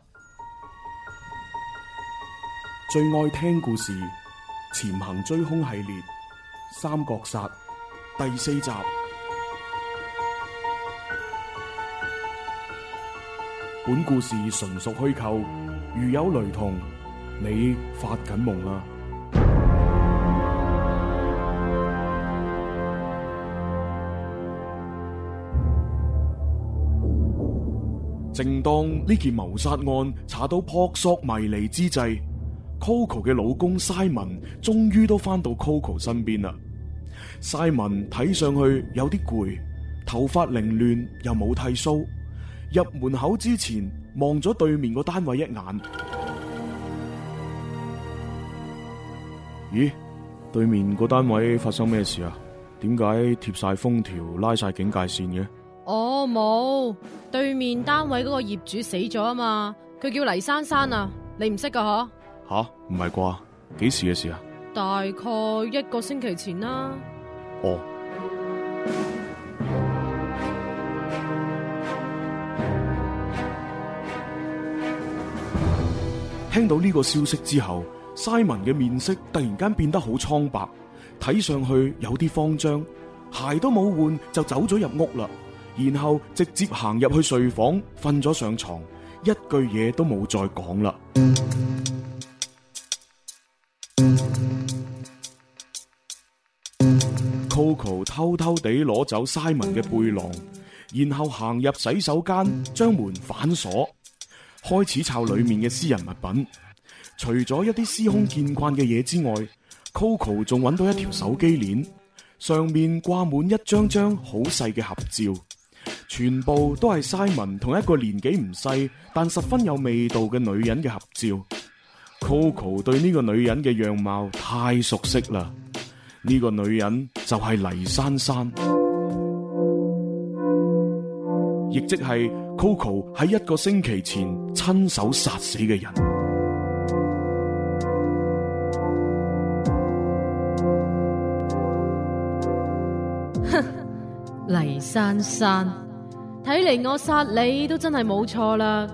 最愛聽故事《潛行追凶》系列《三角殺》第四集。本故事純屬虛構，如有雷同，你發緊夢啦。正當呢件謀殺案查到撲朔迷離之際，Coco 嘅老公 Simon 終於都翻到 Coco 身邊啦。Simon 睇上去有啲攰，頭髮凌亂又冇剃鬚。入門口之前望咗對面個單位一眼，咦？對面個單位發生咩事啊？點解貼晒封條、拉晒警戒線嘅？
哦，冇，對面單位嗰個業主死咗啊嘛，佢叫黎珊珊啊，你唔識噶嗬？
吓、唔係啩？幾時嘅事啊？
大概一個星期前啦。
哦。聽到呢個消息之後，Simon 嘅面色突然間變得好蒼白，睇上去有啲慌張，鞋都冇換就走咗入屋啦，然後直接行入去睡房瞓咗上床，一句嘢都冇再講啦。Coco 偷偷地攞走 Simon 嘅背囊，然後行入洗手間，將門反鎖，開始抄裏面嘅私人物品。除咗一啲司空見慣嘅嘢之外，Coco 仲揾到一條手機鏈，上面掛滿一張張好細嘅合照，全部都係 Simon 同一個年紀唔細但十分有味道嘅女人嘅合照。Coco 對呢個女人嘅樣貌太熟悉啦。呢個女人就係黎珊珊，亦即係 Coco 喺一個星期前親手殺死嘅人。
黎珊珊，睇嚟我殺你都真係冇錯啦。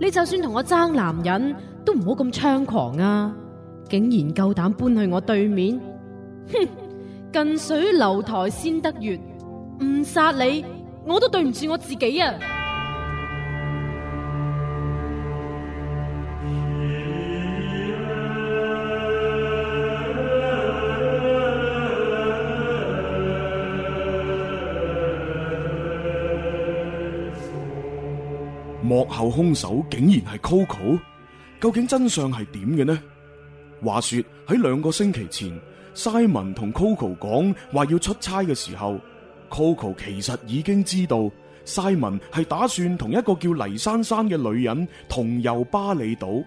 你就算同我爭男人，都唔好咁猖狂啊！竟然夠膽搬去我對面，哼！近水樓台先得月，唔殺你，我都對唔住我自己啊！
幕後兇手竟然係 Coco，究竟真相係點嘅呢？話說喺兩個星期前，Simon 同 Coco 講話要出差嘅時候，Coco 其實已經知道 Simon 係打算同一個叫黎珊珊嘅女人同遊巴厘島，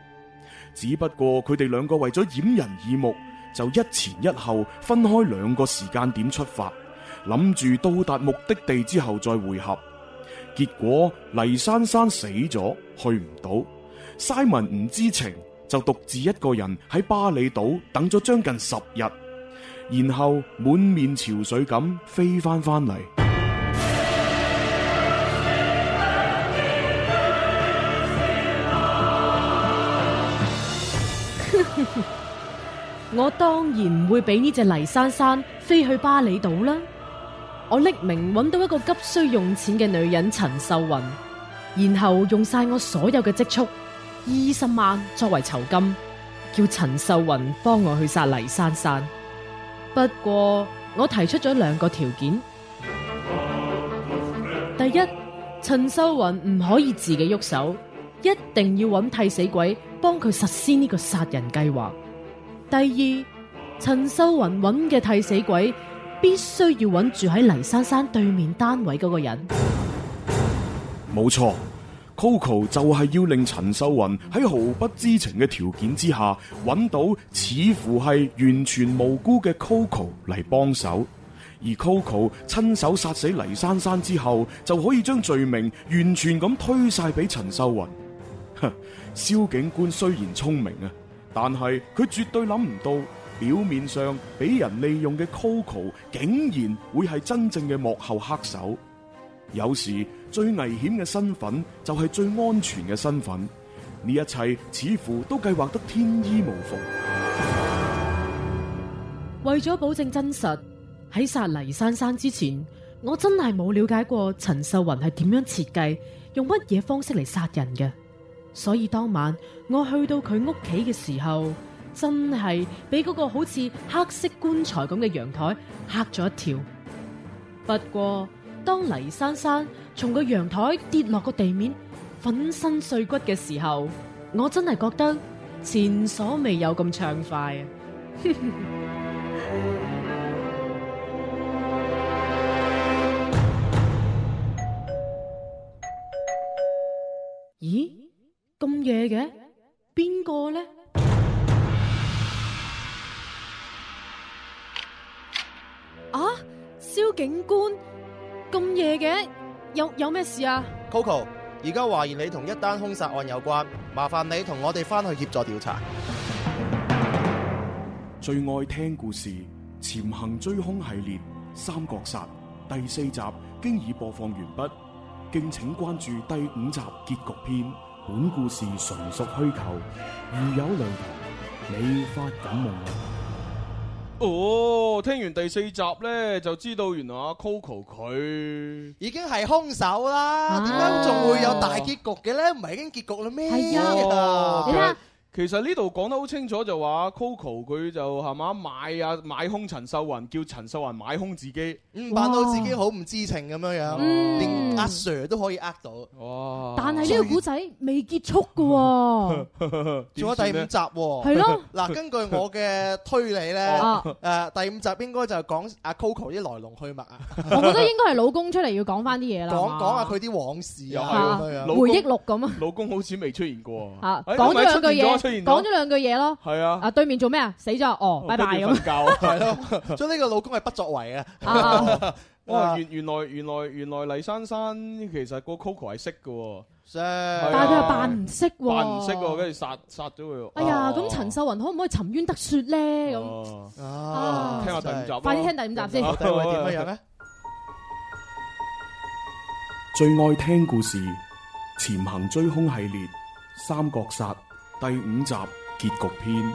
只不過佢哋兩個為咗掩人耳目，就一前一後分開兩個時間點出發，諗住到達目的地之後再會合。結果黎珊珊死咗，去唔到。Simon 唔知情，就獨自一個人喺巴厘島等咗將近十日，然後滿面潮水咁飛翻翻嚟。
我當然唔會俾呢隻黎珊珊飛去巴厘島啦。我匿名揾到一個急需用錢嘅女人陳秀雲，然後用晒我所有嘅積蓄二十萬作為酬金，叫陳秀雲幫我去殺黎珊珊。不過我提出咗兩個條件：第一，陳秀雲唔可以自己喐手，一定要揾替死鬼幫佢實施呢個殺人計劃；第二，陳秀雲揾嘅替死鬼。必須要揾住喺黎珊珊對面單位嗰個人。
冇錯，Coco 就係要令陳秀雲喺毫不知情嘅條件之下，揾到似乎係完全無辜嘅 Coco 嚟幫手，而 Coco 親手殺死黎珊珊之後，就可以將罪名完全咁推晒俾陳秀雲。哼，蕭警官雖然聰明啊，但係佢絕對諗唔到。表面上俾人利用嘅 Coco，竟然會係真正嘅幕後黑手。有時最危險嘅身份就係最安全嘅身份，呢一切似乎都計劃得天衣無縫。
為咗保證真實，喺殺黎珊珊之前，我真係冇了解過陳秀雲係點樣設計，用乜嘢方式嚟殺人嘅。所以當晚我去到佢屋企嘅時候，真係俾嗰個好似黑色棺材咁嘅陽台嚇咗一跳。不過，當黎珊珊從個陽台跌落個地面，粉身碎骨嘅時候，我真係覺得前所未有咁暢快啊！咦？咁夜嘅？邊個呢？啊，蕭警官咁夜嘅，有有咩事啊？
Coco，而家懷疑你同一單兇殺案有關，麻煩你同我哋翻去協助調查。
最愛聽故事《潛行追兇》系列《三角殺》第四集經已播放完畢，敬請關注第五集結局篇。本故事純屬虛構，如有雷同，你發緊夢啦。
哦，聽完第四集咧，就知道原來阿 Coco 佢
已經係兇手啦，點解仲會有大結局嘅咧？唔係已經結局啦咩？
哎
係
哦其實其實呢度講得好清楚，就話 Coco 佢就係嘛買啊買兇陳秀雲，叫陳秀雲買兇自己。
嗯，扮到自己好唔知情咁樣樣，
嗯
連阿 Sir 都可以呃到。
哇！
但係呢個古仔未結束㗎喎。
[laughs]
仲有第五集喎，
係咯
嗱，根據我嘅推理咧
啊，
誒第五集應該就係講阿 Coco 啲來龍去脈啊，
我覺得應該係老公出嚟要講翻啲嘢啦。
講
係嘛
講下佢啲往事
又
啊，咁
係
樣 [laughs]
老
樣
公
回憶錄咁啊。
老公好似未出現過
吓，
[laughs] 哎
講咗
咪
兩
出
句
現咗
嘢
出現，咗
講咗兩句嘢咯。
係啊
啊，對面做咩啊？死咗，哦，拜拜
跟
咁
住瞓。啊覺
係咯，將呢個老公係不作為啊。
[laughs]
啊
哇！原原來原來原來黎珊珊其實個 Coco 係識嘅喎，
[laughs]
識，但
但係佢又扮唔識喎。
扮唔識喎，跟住殺殺咗佢喎。
哎呀，咁
哦
陳秀雲可唔可以沉冤得雪咧？咁啊
哦，聽下第五集啦， [laughs] 啊
快啲聽第五集先。啊
第五係點樣樣咧？
最愛聽故事《潛行追兇》系列《三角殺》第五集結局篇。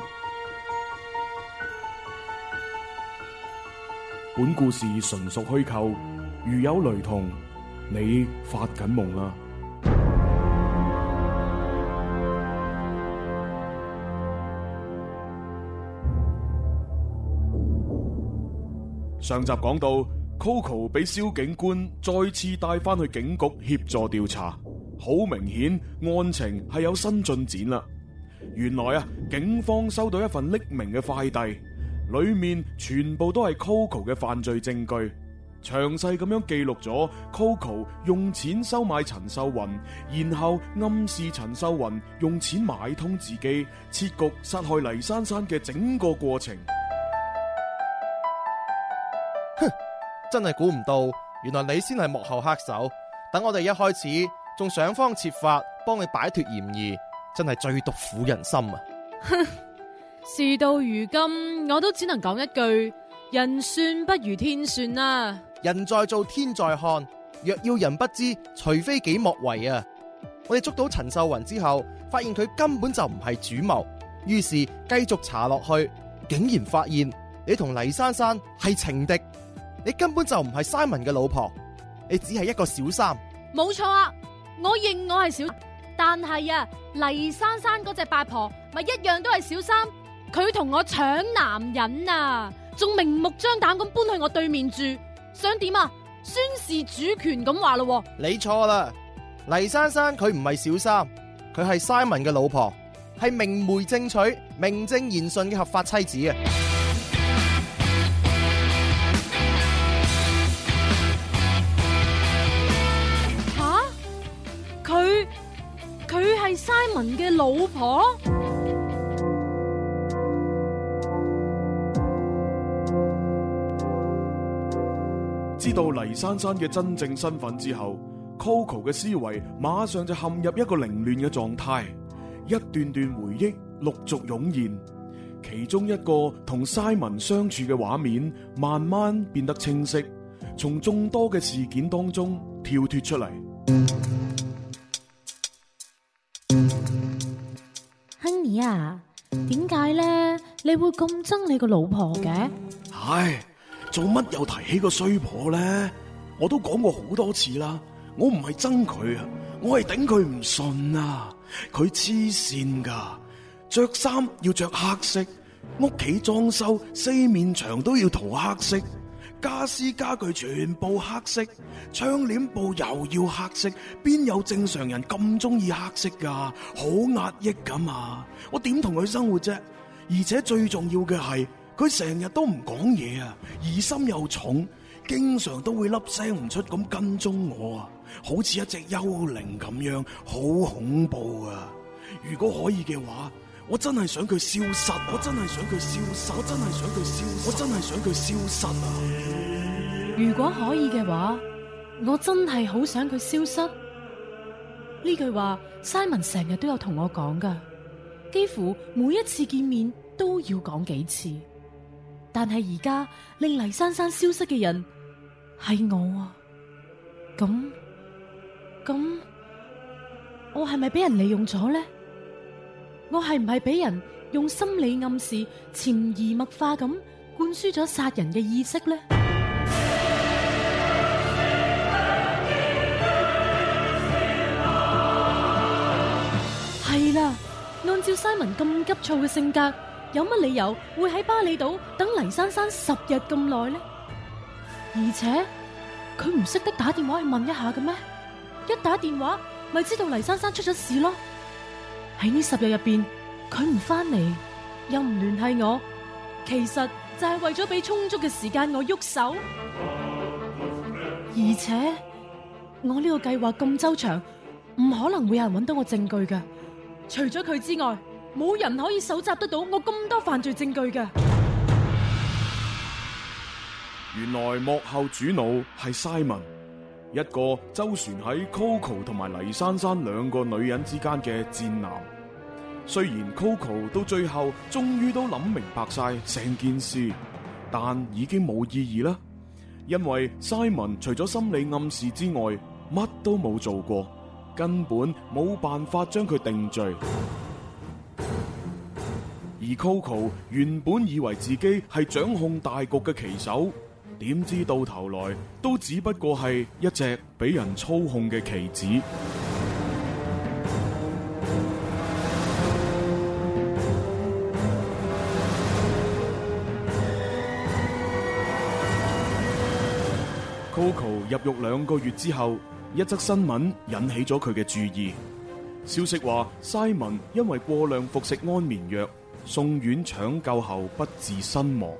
本故事純屬虛構，如有雷同，你發緊夢啦。上集講到，Coco 俾蕭警官再次帶翻去警局協助調查，好明顯案情係有新進展啦。原來啊，警方收到一份匿名嘅快遞，裏面全部都係 Coco 嘅犯罪證據，詳細咁樣記錄咗 Coco 用錢收買陳秀雲，然後暗示陳秀雲用錢買通自己，設局殺害黎珊珊嘅整個過程。
真係估唔到，原來你先係幕後黑手。等我哋一開始仲想方設法幫你擺脱嫌疑，真係最毒婦人心啊！
事到如今，我都只能講一句：人算不如天算啦、
人在做，天在看。若要人不知，除非己莫為啊！我哋捉到陳秀雲之後，發現佢根本就唔係主謀，於是繼續查落去，竟然發現你同黎珊珊係情敵，你根本就唔係 Simon 嘅老婆，你只係一個小三。
冇錯啊，我認我係小，但係啊，黎珊珊嗰只八婆咪一樣都係小三，佢同我搶男人啊，仲明目張膽咁搬去我對面住，想點啊？宣示主權咁話咯喎，
你錯啦，黎珊珊佢唔係小三，佢係 Simon 嘅老婆，係明媒正娶、名正言順嘅合法妻子啊！
吓，佢佢係 Simon 嘅老婆。
知道黎珊珊嘅真正身份之後，Coco 嘅思維馬上就陷入一個凌亂嘅狀態，一段段回憶陸續湧現，其中一個同 Simon 相處嘅畫面慢慢變得清晰，從眾多嘅事件當中跳脫出嚟。
亨兒啊，點解咧你會咁憎你個老婆嘅？
唉，做乜又提起個衰婆咧？我都講過好多次啦，我唔係憎佢啊，我係頂佢唔順啊，佢黐線噶，着衫要着黑色，屋企裝修四面牆都要塗黑色，家私家具全部黑色，窗簾布又要黑色，邊有正常人咁中意黑色噶？好壓抑噶嘛，我點同佢生活啫？而且最重要嘅係，佢成日都唔講嘢啊，疑心又重，經常都會粒聲唔出咁跟蹤我啊，好似一隻幽靈咁樣，好恐怖啊！如果可以嘅話，我真係想佢消失，我真係想佢消失，我真係想佢消失，我真係想佢消失啊！
如果可以嘅話，我真係好想佢消失。呢句話，Simon 成日都有同我講噶，幾乎每一次見面都要講幾次。但係而家令黎珊珊消失嘅人係我啊！咁咁，我係咪俾人利用咗呢？我係唔係俾人用心理暗示、潛移默化咁灌輸咗殺人嘅意識呢？係啦，按照 Simon 咁急躁嘅性格，有乜理由會喺巴厘島等黎珊珊十日咁耐呢？而且佢唔識得打電話去問一下嘅咩？一打電話咪知道黎珊珊出咗事咯。喺呢十日入邊，佢唔翻嚟，又唔聯繫我，其實就係為咗俾充足嘅時間我喐手。而且我呢個計劃咁周詳，唔可能會有人揾到我證據噶。除咗佢之外，冇人可以搜集得到我咁多犯罪證據噶。
原來幕後主腦係 Simon，一個周旋喺 Coco 同埋黎珊珊兩個女人之間嘅戰男。雖然 Coco 到最後終於都諗明白晒成件事，但已經冇意義啦，因為 Simon 除咗心理暗示之外，乜都冇做過，根本冇辦法將佢定罪。而 Coco 原本以為自己係掌控大局嘅棋手，點知到頭來都只不過係一隻俾人操控嘅棋子。Coco 入獄兩個月之後，一則新聞引起咗佢嘅注意。消息話，Simon 因為過量服食安眠藥，送院搶救後不治身亡，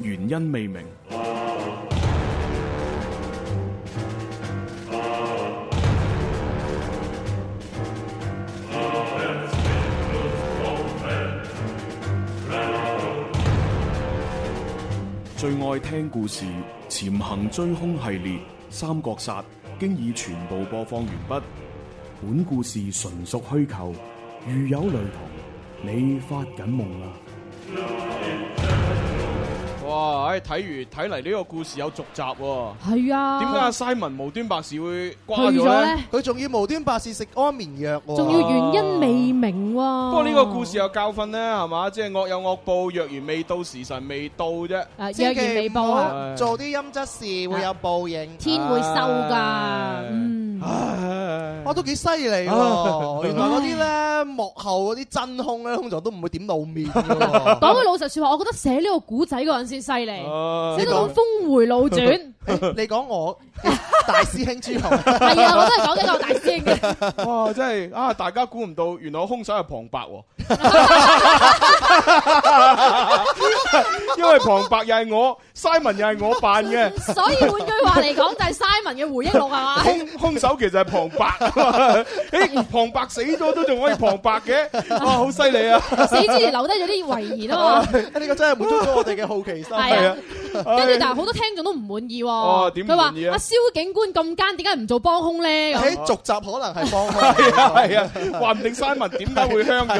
原因未明。最愛聽故事《潛行追兇》系列《三國殺》經已全部播放完畢。本故事純屬虛構，如有雷同，你發緊夢啦！
哇！唉，睇完睇嚟呢個故事有續集喎。
係啊
點解阿 Simon 無端白事會瓜
去
咗
咗
咧？
咧？
佢仲要無端白事食安眠
啊
藥喎，
仲要原因未明喎。
不過呢個故事有啊教訓咧，係嘛？即係惡有惡報，若然未到時辰未到啫。
啊若然未報啊
做啲陰質事
啊
會有報應，
天會收㗎嗯
啊唉
我都幾犀利
啊
喎！原來嗰啲咧幕後嗰啲真兇咧，通常都唔會點露面㗎
[laughs]
喎。
講句老實説話，我覺得寫呢個古仔嗰陣先犀利，
哦
啊
寫到咁峰回路轉。
誒你講我大師兄朱紅，
[laughs]
係啊，我都係講呢個大師兄嘅。
哇！真係啊，大家估唔到，原來我兇手係旁白
[laughs]
喎。因為旁白又係我，Simon 又係我扮嘅，
所以換句話嚟講，就係 Simon 嘅回憶錄
[laughs]
係嘛？
兇兇手其實係旁白
[laughs]
啊嘛。誒，旁白死咗都仲可以旁白嘅，哇！好犀利啊！
死之前留低咗啲遺言啊嘛。
[laughs] 呢個真係滿足咗我哋嘅好奇心。
係啊跟住但係
好
好多聽眾都唔滿意
哦
喎，
點唔
佢話
滿意啊
阿蕭警官咁奸，點解唔做幫
[laughs]
兇咧？
喺
咁
續集可能係幫
係啊係啊，話唔定 Simon 點解會香咗，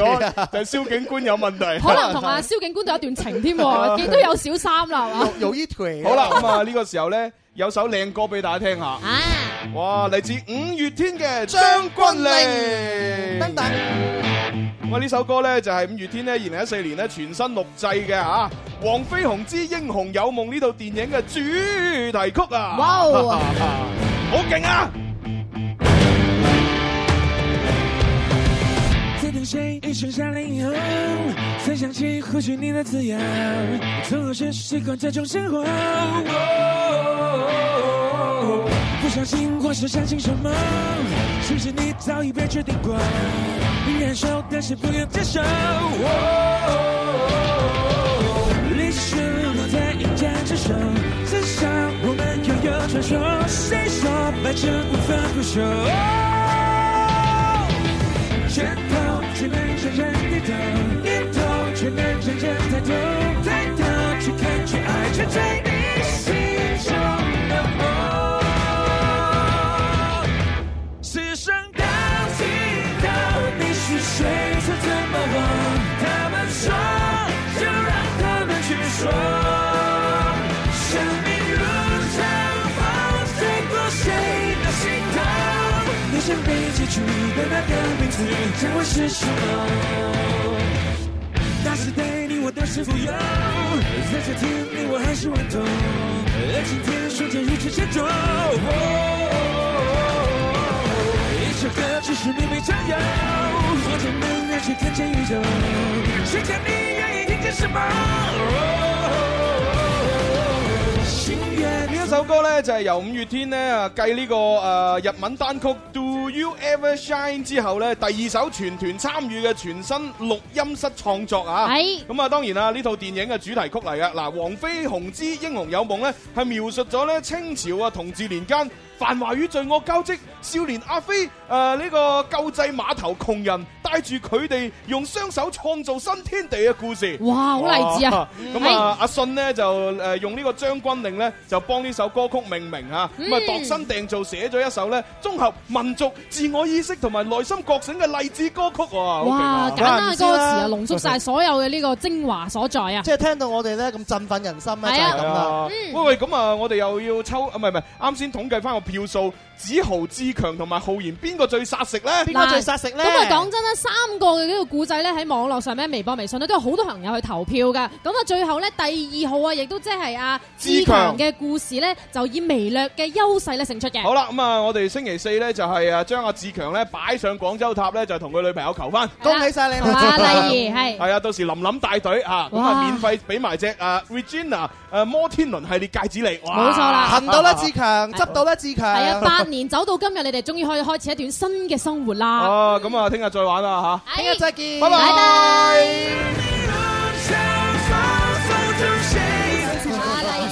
就係蕭警官有問題。
可能同阿蕭警官都有段情
[laughs]
添喎，亦都有小三啦，係嘛？
[laughs] 有依團。
好啦，咁啊呢個時候咧，有首靚歌俾大家聽下。
啊
哇，嚟自五月天嘅《將軍令》。等等，喂，呢首歌咧就係五月天咧二零一四年咧全新錄製嘅嚇《黃飛鴻之英雄有夢》呢套電影嘅主題曲啊！
哇 [laughs] 哦
好勁啊！
在等谁？一声夏令营，才想起或许你的字样，从何时习惯这种生活？哦不小心或是相信什么，其实你早已被确定过，忍受但是不愿接受。哦历史落在赢家之手，至少我们拥有传说。谁说白痴无分不朽？拳头只能承认低头，念头却能承认抬头，抬头去看去爱，却在你心中的梦。世上当听到你是谁，就怎么忘？他们说，就让他们去说。生命如长风，吹过谁的心头？你想被记住的那个名字，将会是什么？那时对你我都是富有，在这天你我还是顽童，而今天瞬间如此沉重。一首歌只是明媚唱有，或者能让谁看见宇宙，谁看你愿意听见什么？心愿
呢一首歌咧就係由五月天咧啊繼呢個誒日文單曲《Do You Ever Shine》之後咧，第二首全團參與嘅全新錄音室創作啊。
係
咁啊，當然啦，呢套電影嘅主題曲嚟噶。嗱，《黃飛鴻之英雄有夢》咧係描述咗咧清朝啊同治年間繁華與罪惡交織，少年阿飛誒呢個救濟碼頭窮人，帶住佢哋用雙手創造新天地嘅故事。
哇好勵志啊
哇咁啊！阿信呢就誒用呢個《將軍令》呢，就幫呢首歌曲命名嚇，咁啊
嗯
度身訂造寫咗一首呢，綜合民族自我意識同埋內心覺醒嘅勵志歌曲喎。好勁啊
哇！簡單嘅歌詞啊，
唔知啦
濃縮晒所有嘅呢個精華所在啊！
即係聽到我哋咧咁振奮人心咧，就係
係
咁啦
嗯
啊啊。喂喂，咁啊，我哋又要抽啊，唔係唔係，啱先統計翻個票票數，子豪、志強同埋浩然邊個最殺食呢？
邊個最殺食呢
咁啊，講真啦，三個嘅呢個故仔咧喺網絡上面、微博、微信咧都有好多朋友去投票噶。咁啊，最後咧第二號啊，亦都即係阿
志
志
強
強嘅故事咧，就以微略嘅優勢咧勝出嘅。
好啦，咁啊，我哋星期四咧就係啊將阿志強咧擺上廣州塔咧，就同佢女朋友求婚。
恭喜晒你
好啊，麗兒係
係啊，到時林林帶隊啊，咁啊
哇
免費俾埋隻啊 Regina 誒摩天輪系列戒指你，哇！
冇錯啦
行到啦，志強，執到啦，志強。
係啊，八年走到今日，你哋終於可以開始一段新嘅生活啦。哎
哦，咁啊，聽日再玩啦吓。
聽日再見，
拜拜。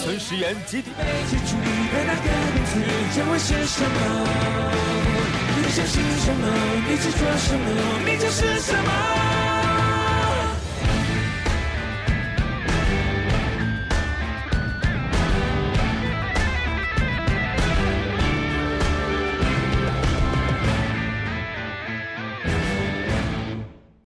存食言集体被记住，你的那个名字将会是什么？你相信什么？你执着什么？你就是什么？